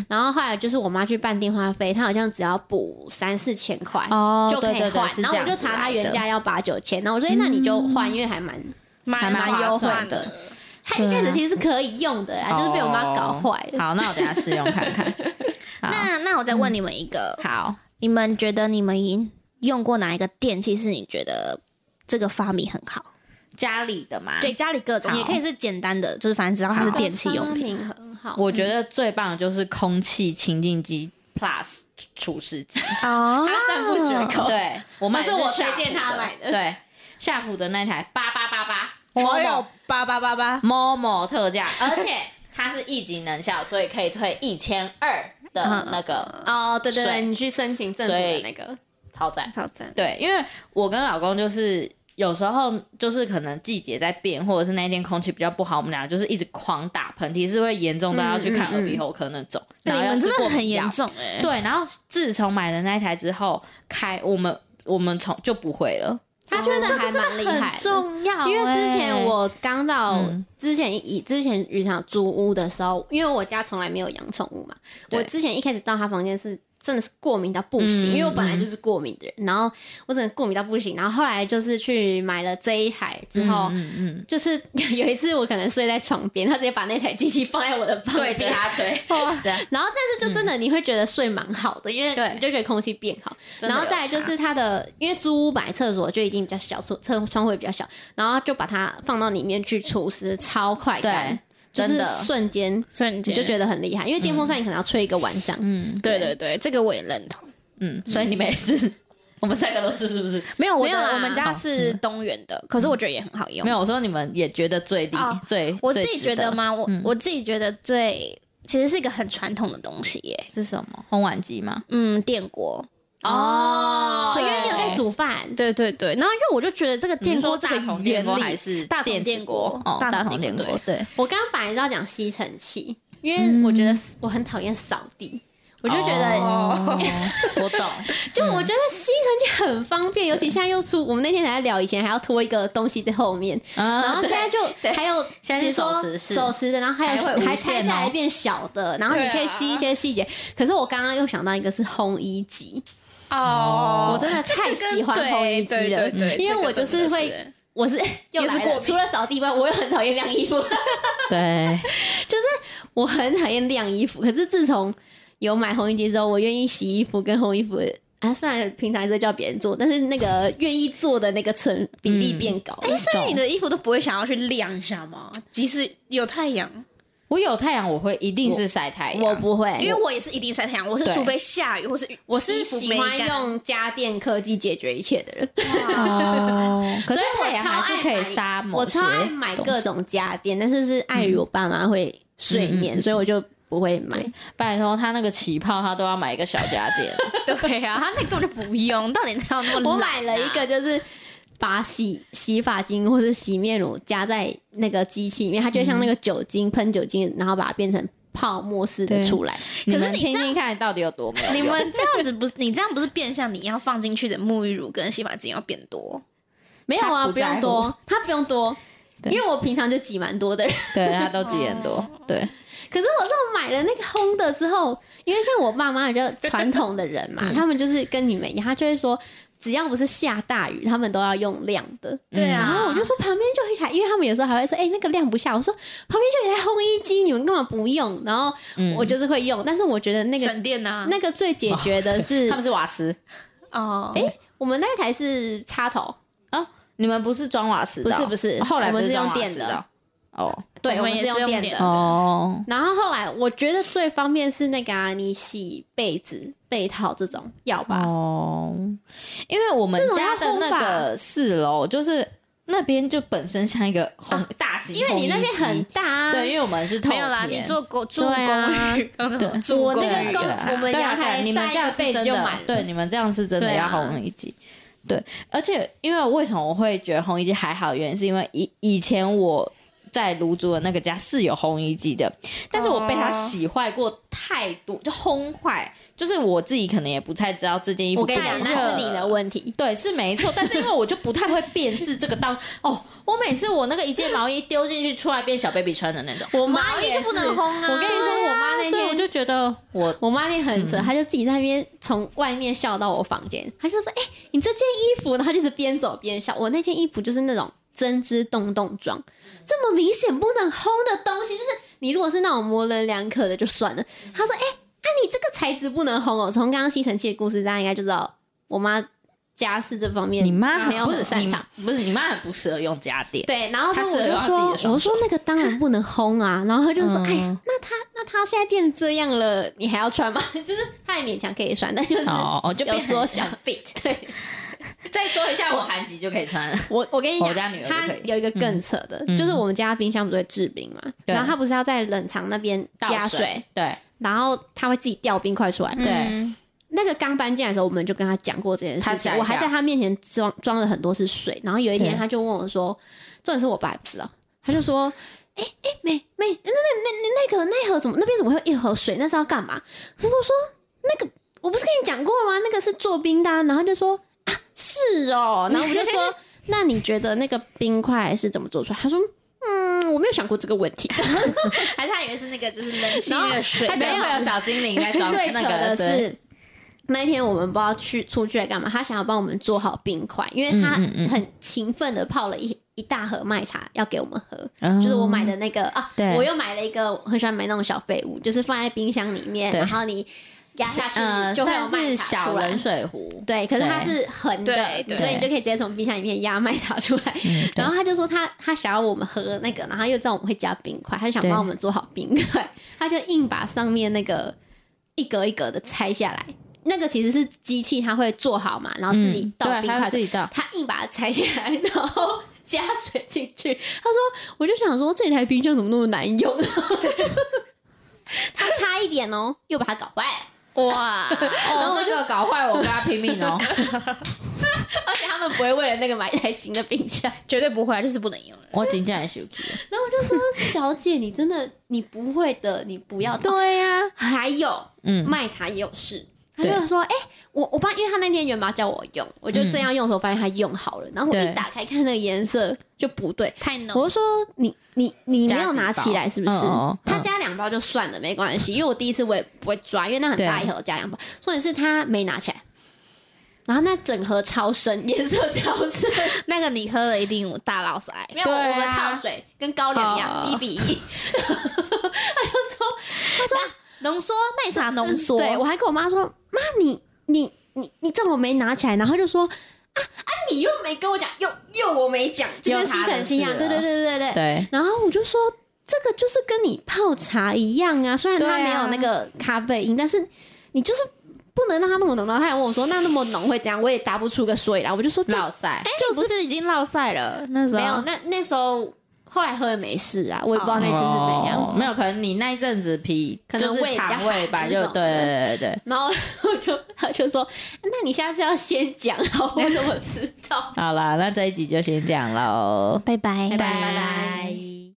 [SPEAKER 1] 然后后来就是我妈去办电话费，她好像只要补三四千块
[SPEAKER 2] 哦
[SPEAKER 1] 就可
[SPEAKER 2] 对
[SPEAKER 1] 以
[SPEAKER 2] 对对
[SPEAKER 1] 换，
[SPEAKER 2] 是
[SPEAKER 1] 然后我
[SPEAKER 2] 这
[SPEAKER 1] 就
[SPEAKER 2] 样子
[SPEAKER 1] 查她
[SPEAKER 2] 来
[SPEAKER 1] 原
[SPEAKER 2] 的
[SPEAKER 1] 哎
[SPEAKER 2] 嗯
[SPEAKER 1] 价要八九千，然后我说、诶那你就换，因为还蛮
[SPEAKER 3] 蛮
[SPEAKER 2] 蛮划
[SPEAKER 3] 优惠
[SPEAKER 2] 算
[SPEAKER 3] 的
[SPEAKER 2] 的，
[SPEAKER 1] 他一开始其实是可以用的啦，就是被我妈搞坏
[SPEAKER 2] 啊哦
[SPEAKER 1] 了。
[SPEAKER 2] 好，那我等下试用看 *laughs* 看。好
[SPEAKER 3] 那那我再问你们一个，
[SPEAKER 2] 好，
[SPEAKER 3] 你们觉得你们用过哪一个电器是你觉得这个发明很好？
[SPEAKER 2] 家里的嘛，
[SPEAKER 3] 对，，家里各种
[SPEAKER 2] 好
[SPEAKER 3] 也可以是简单的，就是反正只要它是电器用品。
[SPEAKER 1] 品很好，
[SPEAKER 2] 我觉得最棒的就是空气清净机 Plus 除湿机，
[SPEAKER 3] 哦
[SPEAKER 1] 它赞不绝
[SPEAKER 2] *laughs*
[SPEAKER 1] 口。
[SPEAKER 2] 对我买的
[SPEAKER 1] 那是我
[SPEAKER 2] 夏普
[SPEAKER 1] 推荐他买的
[SPEAKER 2] 对，夏普的那台八八八八，
[SPEAKER 3] 我有八八八八，
[SPEAKER 2] 某某特价，而且它是一级能效，所以可以退一千二的那个，
[SPEAKER 1] 哦，对对
[SPEAKER 2] 水
[SPEAKER 1] 对，你去申请政府的那个
[SPEAKER 2] 超赞。
[SPEAKER 3] 超赞。
[SPEAKER 2] 对，因为我跟老公就是有时候就是可能季节在变，或者是那天空气比较不好，我们俩就是一直狂打喷嚏，是会严重到要去看耳鼻喉科那种。
[SPEAKER 3] 你
[SPEAKER 2] 然后要
[SPEAKER 3] 们真
[SPEAKER 2] 吃
[SPEAKER 3] 的
[SPEAKER 2] 过
[SPEAKER 3] 很
[SPEAKER 2] 敏
[SPEAKER 3] 严
[SPEAKER 2] 药
[SPEAKER 3] 重哎、
[SPEAKER 2] 对，然后自从买了那一台之后，开我们我们从就不会了，
[SPEAKER 1] 他真的
[SPEAKER 2] 哦
[SPEAKER 1] 还蛮厉害
[SPEAKER 2] 很
[SPEAKER 1] 的。
[SPEAKER 2] 重要欸、
[SPEAKER 1] 因为之前我刚到
[SPEAKER 2] 嗯
[SPEAKER 1] 之前以之前雨场租屋的时候，因为我家从来没有养宠物嘛，
[SPEAKER 2] 对
[SPEAKER 1] 我之前一开始到他房间是真的是过敏到不行，
[SPEAKER 2] 嗯
[SPEAKER 1] 因为我本来就是过敏的人，然后我真的过敏到不行，然后后来就是去买了这一台之后，
[SPEAKER 2] 嗯嗯
[SPEAKER 1] 就是 *laughs* 有一次我可能睡在床边，他直接把那台机器放在我的
[SPEAKER 2] 嗯，
[SPEAKER 1] 旁边，
[SPEAKER 2] 他
[SPEAKER 1] *laughs*
[SPEAKER 2] 吹，对，
[SPEAKER 1] 啊
[SPEAKER 2] 啊
[SPEAKER 1] 然后，但是就真的你会觉得睡蛮好的，因为
[SPEAKER 2] 对
[SPEAKER 1] 你就觉得空气变好。
[SPEAKER 2] 真的
[SPEAKER 1] 然后再来就是它的，因为租屋摆厕所就一定比较小，厕厕窗户也比较小，然后就把它放到里面去除湿，超快干
[SPEAKER 2] 对，
[SPEAKER 1] 就
[SPEAKER 2] 真
[SPEAKER 1] 是
[SPEAKER 2] 的
[SPEAKER 1] 瞬间
[SPEAKER 3] 瞬
[SPEAKER 1] 你就觉
[SPEAKER 3] 得
[SPEAKER 1] 得很厉害。因为电风扇你可能要吹一个晚上，
[SPEAKER 2] 嗯
[SPEAKER 3] 对对对，这个我也认同。
[SPEAKER 2] 嗯，所以你们也是， *laughs* 我们三个都是是不是？
[SPEAKER 3] 没有，我啊嗯
[SPEAKER 1] 没有
[SPEAKER 3] 的
[SPEAKER 1] 啦
[SPEAKER 3] 我们家是东元的，可是我觉得也很好用。
[SPEAKER 2] 没有，我说你们也觉得最厉、
[SPEAKER 3] 哦
[SPEAKER 2] 最，
[SPEAKER 3] 我
[SPEAKER 2] 最
[SPEAKER 3] 自己
[SPEAKER 2] 值
[SPEAKER 3] 觉得吗？我、
[SPEAKER 2] 嗯
[SPEAKER 3] 我自己觉得最其实是一个很传统的东西耶，
[SPEAKER 2] 是什么？烘碗机吗？
[SPEAKER 3] 嗯，电锅。
[SPEAKER 2] 哦
[SPEAKER 1] 对因为你有在
[SPEAKER 2] 对
[SPEAKER 1] 煮饭，
[SPEAKER 3] 对对对，然后因为我就觉得这个电锅
[SPEAKER 2] 你
[SPEAKER 3] 这
[SPEAKER 2] 是说
[SPEAKER 3] 个
[SPEAKER 2] 大桶
[SPEAKER 3] 原
[SPEAKER 2] 电锅
[SPEAKER 3] 理
[SPEAKER 2] 还是
[SPEAKER 3] 大桶
[SPEAKER 2] 电子
[SPEAKER 3] 电锅
[SPEAKER 2] 哦，
[SPEAKER 3] 大
[SPEAKER 2] 大
[SPEAKER 3] 桶
[SPEAKER 2] 桶
[SPEAKER 3] 电
[SPEAKER 2] 电
[SPEAKER 3] 锅
[SPEAKER 2] 锅，对，
[SPEAKER 1] 我刚刚本来是要讲吸尘器，因为我觉得我很讨厌扫地，我就觉得
[SPEAKER 2] 嗯哦我懂，
[SPEAKER 1] 就我觉得吸尘器很方便，尤其现在又出，我们那天才在聊，以前还要拖一个东西在后面，
[SPEAKER 2] 嗯
[SPEAKER 1] 然后现在就还有，
[SPEAKER 2] 现在是
[SPEAKER 1] 比如说
[SPEAKER 2] 手持式
[SPEAKER 1] 手持的，然后还有
[SPEAKER 2] 还会无
[SPEAKER 1] 还拆
[SPEAKER 2] 线
[SPEAKER 1] 下来
[SPEAKER 2] 哦
[SPEAKER 1] 变小的，然后你
[SPEAKER 3] 对啊
[SPEAKER 1] 可以吸一些细节。可是我刚刚又想到一个是烘衣机，
[SPEAKER 3] 哦
[SPEAKER 1] 我真的太喜欢烘衣机了
[SPEAKER 3] 对对对对
[SPEAKER 1] 因为我就是会
[SPEAKER 3] 这个真的
[SPEAKER 1] 我是又
[SPEAKER 3] 又是
[SPEAKER 1] 来
[SPEAKER 3] 过
[SPEAKER 1] 了
[SPEAKER 3] 敏
[SPEAKER 1] 除了扫地以外，我又很讨厌晾衣服，
[SPEAKER 2] 对，
[SPEAKER 1] 我很讨厌晾衣服。可是自从有买烘衣机之后，我愿意洗衣服跟烘衣服的。啊，虽然平常还是会叫别人做，但是那个愿意做的那个成比例变 *laughs* 高了。
[SPEAKER 3] 哎，所以
[SPEAKER 2] 懂
[SPEAKER 3] 你的衣服都不会想要去晾一下吗？即使有太阳，
[SPEAKER 2] 我有太阳，我会一定是晒太阳，啊
[SPEAKER 1] 我不会，
[SPEAKER 3] 因为我也是一定晒太阳，我是
[SPEAKER 2] 对
[SPEAKER 3] 除非下雨或是
[SPEAKER 1] 我是喜欢用家电科技解决一切的人。
[SPEAKER 3] 啊
[SPEAKER 2] 哦，可是
[SPEAKER 1] 所以我
[SPEAKER 2] 太阳
[SPEAKER 1] 超
[SPEAKER 2] 还是
[SPEAKER 1] 爱
[SPEAKER 2] 可以
[SPEAKER 1] 买
[SPEAKER 2] 杀某
[SPEAKER 1] 我超爱
[SPEAKER 2] 些
[SPEAKER 1] 买
[SPEAKER 2] 东
[SPEAKER 1] 各
[SPEAKER 2] 西
[SPEAKER 1] 种家电，但是是碍于我爸妈会睡眠，所以我就不会买。
[SPEAKER 2] 拜托他那个起泡，他都要买一个小家
[SPEAKER 1] *laughs*
[SPEAKER 2] 电，
[SPEAKER 3] *laughs* 对啊，他那根本就不用，到底哪有那么懒啊
[SPEAKER 1] 我买了一个就是。把洗洗发精或是洗面乳加在那个机器里面，它就像那个酒精喷酒精，然后把它变成泡沫式的
[SPEAKER 2] 对
[SPEAKER 1] 出来。
[SPEAKER 2] 你
[SPEAKER 3] 可是
[SPEAKER 2] 们
[SPEAKER 3] 你
[SPEAKER 2] 听
[SPEAKER 3] 这样
[SPEAKER 2] 听看到底有多没有
[SPEAKER 3] 你
[SPEAKER 2] 用
[SPEAKER 3] 们这样子不是你这样不是变相你要放进去的沐浴乳跟洗发精要变多？
[SPEAKER 1] 没有啊，
[SPEAKER 2] 它不
[SPEAKER 1] 不
[SPEAKER 2] 在乎
[SPEAKER 1] 用多，它不用多，
[SPEAKER 2] 对
[SPEAKER 1] 因为我平常就挤蛮多的人。
[SPEAKER 2] 对，他都几点多？
[SPEAKER 1] 哦
[SPEAKER 2] 对，
[SPEAKER 1] 可是我这种买了那个烘的之后，因为像我爸妈比较传统的人
[SPEAKER 2] *laughs* 嗯
[SPEAKER 1] 嘛，他们就是跟你们一样，他就会说，只要不是下大雨，他们都要用晾的。
[SPEAKER 3] 对啊
[SPEAKER 1] 然后我就说旁边就有一台，因为他们有时候还会说，哎、那个晾不下。我说旁边就有一台烘衣机，你们根本不用。然后
[SPEAKER 2] 嗯
[SPEAKER 1] 我就是会用，但是我觉得那个
[SPEAKER 3] 省电啊呐、
[SPEAKER 1] 那个最解决的
[SPEAKER 2] *laughs*
[SPEAKER 1] 是，
[SPEAKER 2] 他们是瓦斯
[SPEAKER 3] 哦，
[SPEAKER 1] 哎、我们那一台是插头，
[SPEAKER 2] 哦，你们不是装瓦斯的哦，
[SPEAKER 1] 不是不是
[SPEAKER 2] 后来
[SPEAKER 1] 我
[SPEAKER 2] 不
[SPEAKER 1] 们是
[SPEAKER 2] 装
[SPEAKER 1] 用
[SPEAKER 2] 瓦
[SPEAKER 1] 电
[SPEAKER 2] 斯
[SPEAKER 1] 的
[SPEAKER 2] 的哦
[SPEAKER 1] 对，
[SPEAKER 3] 我
[SPEAKER 1] 我
[SPEAKER 3] 们
[SPEAKER 1] 们
[SPEAKER 3] 也
[SPEAKER 1] 是
[SPEAKER 3] 是用
[SPEAKER 1] 电
[SPEAKER 3] 电
[SPEAKER 1] 的
[SPEAKER 3] 的。
[SPEAKER 2] 哦，
[SPEAKER 1] 然后后来我觉得最方便是那个啊，你洗被子、被套这种要吧？
[SPEAKER 2] 哦，因为我们
[SPEAKER 1] 这种
[SPEAKER 2] 家
[SPEAKER 1] 要
[SPEAKER 2] 的那
[SPEAKER 1] 烘吧
[SPEAKER 2] 个四楼就是那边就本身像一个红大型烘
[SPEAKER 1] 啊因
[SPEAKER 2] 衣机，
[SPEAKER 1] 为你那边很大啊。
[SPEAKER 2] 对，因为我们是透
[SPEAKER 3] 没有啦，
[SPEAKER 2] 天
[SPEAKER 3] 你做公住
[SPEAKER 1] 对啊
[SPEAKER 3] 公寓，刚才
[SPEAKER 2] 对
[SPEAKER 3] 说住
[SPEAKER 1] 我
[SPEAKER 3] 公
[SPEAKER 1] 那
[SPEAKER 2] 对
[SPEAKER 1] 个
[SPEAKER 3] 寓
[SPEAKER 1] 公
[SPEAKER 2] 对
[SPEAKER 3] 啦
[SPEAKER 2] 啊
[SPEAKER 1] 我们
[SPEAKER 2] 对啊
[SPEAKER 1] 阳
[SPEAKER 2] 对啊
[SPEAKER 1] 台
[SPEAKER 2] 你们
[SPEAKER 1] 晒
[SPEAKER 2] 这样
[SPEAKER 1] 一个被
[SPEAKER 2] 是
[SPEAKER 1] 子
[SPEAKER 2] 真
[SPEAKER 1] 就
[SPEAKER 2] 的
[SPEAKER 1] 满了
[SPEAKER 2] 对，你们这样是真的
[SPEAKER 1] 对
[SPEAKER 2] 要
[SPEAKER 1] 啊
[SPEAKER 2] 烘衣机。对，而且因为为什么我会觉得烘衣机还好，原因是因为以以前我在泸州的那个家是有烘衣机的，但是我被
[SPEAKER 1] 哦
[SPEAKER 2] 它洗坏过太多，就烘坏，就是我自己可能也不太知道这件衣服
[SPEAKER 1] 我跟你讲，
[SPEAKER 2] 太热
[SPEAKER 1] 那是你的问题。
[SPEAKER 2] 对，是没错，但是因为我就不太会辨识这个到哦，我每次我那个一件毛衣丢进去，出来变小 baby 穿的那种，
[SPEAKER 1] 我
[SPEAKER 3] 妈也是
[SPEAKER 1] 我跟你说，我妈那
[SPEAKER 2] 所以我
[SPEAKER 1] 天，
[SPEAKER 2] 就觉得我
[SPEAKER 1] 我妈那天很扯，她就自己在那边从外面笑到我房间，她就说：“哎，你这件衣服。”然后她就是边走边笑。我那件衣服就是那种针织洞洞装，这么明显不能烘的东西，就是你如果是那种模棱两可的就算了。他说：“哎、啊，你这个材质不能烘哦。”从刚刚吸尘器的故事，大家应该就知道我妈家事这方面，
[SPEAKER 2] 你妈
[SPEAKER 1] 没有
[SPEAKER 2] 不是
[SPEAKER 1] 很擅长。，
[SPEAKER 2] 你不是你妈很不适合用家电。
[SPEAKER 1] 对，然后
[SPEAKER 2] 她
[SPEAKER 1] 他
[SPEAKER 2] 适
[SPEAKER 1] 我
[SPEAKER 2] 合
[SPEAKER 1] 就
[SPEAKER 2] 她自己的
[SPEAKER 1] 说，我
[SPEAKER 2] 双
[SPEAKER 1] 就说那个当然不能烘啊。然后他就说：“哎、
[SPEAKER 2] 嗯
[SPEAKER 1] 那他那他现在变成这样了，你还要穿吗？” *laughs* 就是他也勉强可以穿，但就是
[SPEAKER 2] 哦哦，就
[SPEAKER 1] 有
[SPEAKER 2] 变
[SPEAKER 1] 缩
[SPEAKER 2] 说
[SPEAKER 1] 小
[SPEAKER 2] 小 fit。
[SPEAKER 1] *laughs* 对。
[SPEAKER 2] *laughs* 再说一下，我韩籍就可以穿了。
[SPEAKER 1] 我我跟你讲，
[SPEAKER 2] 我家女儿就
[SPEAKER 1] 她
[SPEAKER 2] 可以嗯
[SPEAKER 1] 有一个更扯的，就是我们家冰箱不是会制冰嘛，
[SPEAKER 2] 对
[SPEAKER 1] 然后她不是要在冷藏那边
[SPEAKER 2] 倒
[SPEAKER 1] 加水，
[SPEAKER 2] 水，对
[SPEAKER 1] 然后她会自己掉冰块出来。
[SPEAKER 2] 对
[SPEAKER 3] 嗯
[SPEAKER 1] 那个刚搬进来的时候，我们就跟她讲过这件
[SPEAKER 2] 她
[SPEAKER 1] 事
[SPEAKER 2] 吓
[SPEAKER 1] 情
[SPEAKER 2] 一，跳
[SPEAKER 1] 我还在她面前装装了很多次水，然后有一天
[SPEAKER 2] 对
[SPEAKER 1] 她就问我说，重点是我爸也不知道，他就说。哎哎、妹妹，那那那那那个那盒怎么那边怎么会有一盒水？那是要干嘛？如果说那个我不是跟你讲过了吗？那个是做冰的啊、然后就说啊是哦，然后我就说那你觉得那个冰块是怎么做出来？他说嗯，我没有想过这个问题。
[SPEAKER 3] 还是他以为是那个就是冷气
[SPEAKER 2] 然后
[SPEAKER 3] 那个水
[SPEAKER 2] 他，等
[SPEAKER 1] 没有
[SPEAKER 2] 会有小精灵在找
[SPEAKER 1] *laughs* 最扯
[SPEAKER 2] 那个
[SPEAKER 1] 的
[SPEAKER 2] 对
[SPEAKER 1] 是。那一天我们不知道去出去来干嘛，他想要帮我们做好冰块，因为他
[SPEAKER 2] 嗯嗯嗯
[SPEAKER 1] 很勤奋的泡了一一大盒麦茶要给我们喝，
[SPEAKER 2] 嗯
[SPEAKER 1] 就是我买的那个啊
[SPEAKER 2] 对，
[SPEAKER 1] 我又买了一个，我很喜欢买那种小废物，就是放在冰箱里面，
[SPEAKER 2] 对
[SPEAKER 1] 然后你压下去
[SPEAKER 2] 呃，
[SPEAKER 1] 就会有
[SPEAKER 2] 算
[SPEAKER 1] 麦
[SPEAKER 2] 是
[SPEAKER 1] 茶
[SPEAKER 2] 小
[SPEAKER 1] 出来
[SPEAKER 2] 冷。水壶，
[SPEAKER 1] 对，可是它
[SPEAKER 2] 对
[SPEAKER 1] 是横
[SPEAKER 3] 对对
[SPEAKER 1] 的，所以你就可以直接从冰箱里面压麦茶出来。
[SPEAKER 2] 嗯
[SPEAKER 1] 然后他就说他他想要我们喝那个，然后又知道我们会加冰块，他就想帮我们做好冰块，他就硬把上面那个一格一格的拆下来。那个其实是机器，它会做好嘛，然后自己倒
[SPEAKER 2] 嗯对，
[SPEAKER 1] 冰
[SPEAKER 2] 他
[SPEAKER 1] 块
[SPEAKER 2] 会自己倒，
[SPEAKER 1] 他硬把它拆下来，然后加水进去。他说：“我就想说这台冰箱怎么那么难用？” *laughs* 他差一点哦，又把它搞坏了。
[SPEAKER 3] 哇，
[SPEAKER 1] 然后
[SPEAKER 2] 哦
[SPEAKER 1] 我，
[SPEAKER 2] 那个搞坏我跟他拼命
[SPEAKER 1] *laughs*
[SPEAKER 2] 哦，
[SPEAKER 1] 而且他们不会为了那个买一台新的冰箱。
[SPEAKER 3] 绝对不会啊，就是不能用了。
[SPEAKER 2] 我紧张也生气了。
[SPEAKER 1] 然后我就说：“小姐，你真的你不会的，你不要。”
[SPEAKER 2] 对呀，
[SPEAKER 1] 还有
[SPEAKER 2] 嗯，
[SPEAKER 1] 卖茶也有事。他
[SPEAKER 2] 对
[SPEAKER 1] 就说：“哎、我我爸，因为他那天原本要叫我用，我就
[SPEAKER 2] 嗯
[SPEAKER 1] 正要用的时候，发现他用好了。然后我
[SPEAKER 2] 对
[SPEAKER 1] 一打开看那个颜色就不对，
[SPEAKER 3] 太浓，
[SPEAKER 1] 我就说你你你没有拿起来是不
[SPEAKER 2] 加
[SPEAKER 1] 是
[SPEAKER 2] 几包嗯嗯嗯？
[SPEAKER 1] 他加两包就算了，没关系，因为我第一次我也不会抓，因为那很大
[SPEAKER 2] 对
[SPEAKER 1] 一盒加两包，重点是他没拿起来，然后那整盒超深，颜色超深，
[SPEAKER 3] 那个你喝了一定有大老塞。
[SPEAKER 1] 没有
[SPEAKER 2] 对啊
[SPEAKER 1] 我们套水跟高粱一样
[SPEAKER 3] 哦
[SPEAKER 1] 一
[SPEAKER 2] *laughs*
[SPEAKER 1] 比一，
[SPEAKER 3] 浓缩麦茶浓缩，
[SPEAKER 1] 对我还跟我妈说，妈你你你你怎么没拿起来？然后就说啊啊你又没跟我讲，又又我没讲，就
[SPEAKER 2] 又
[SPEAKER 1] 跟
[SPEAKER 2] 他
[SPEAKER 1] 吸
[SPEAKER 2] 的
[SPEAKER 1] 尘器一样，
[SPEAKER 2] 事
[SPEAKER 1] 对对对对对
[SPEAKER 2] 对，
[SPEAKER 1] 然后我就说，这个就是跟你泡茶一样啊，虽然它没有那个咖啡因，但是你就是不能让它那么浓。然后他还问我说，那那么浓会怎样？我也答不出个所以然。我 *laughs* 就说，就
[SPEAKER 2] 老哎塞，
[SPEAKER 3] 就不是已经落晒了？
[SPEAKER 2] 那时
[SPEAKER 1] 没有，那那时候后来喝也没事啊，我也不知道那次是怎样。
[SPEAKER 2] 哦哦没有，可能你那一阵子皮
[SPEAKER 1] 可能
[SPEAKER 2] 就是
[SPEAKER 1] 胃比较
[SPEAKER 2] 肠胃吧，
[SPEAKER 1] 寒
[SPEAKER 2] 就
[SPEAKER 1] 那种
[SPEAKER 2] 对对对对。
[SPEAKER 1] 然后 *laughs* 我就他就说，那你下次要先讲好，我怎么知道？
[SPEAKER 2] 好啦，那这一集就先这样喽，
[SPEAKER 3] 拜拜
[SPEAKER 1] 拜拜。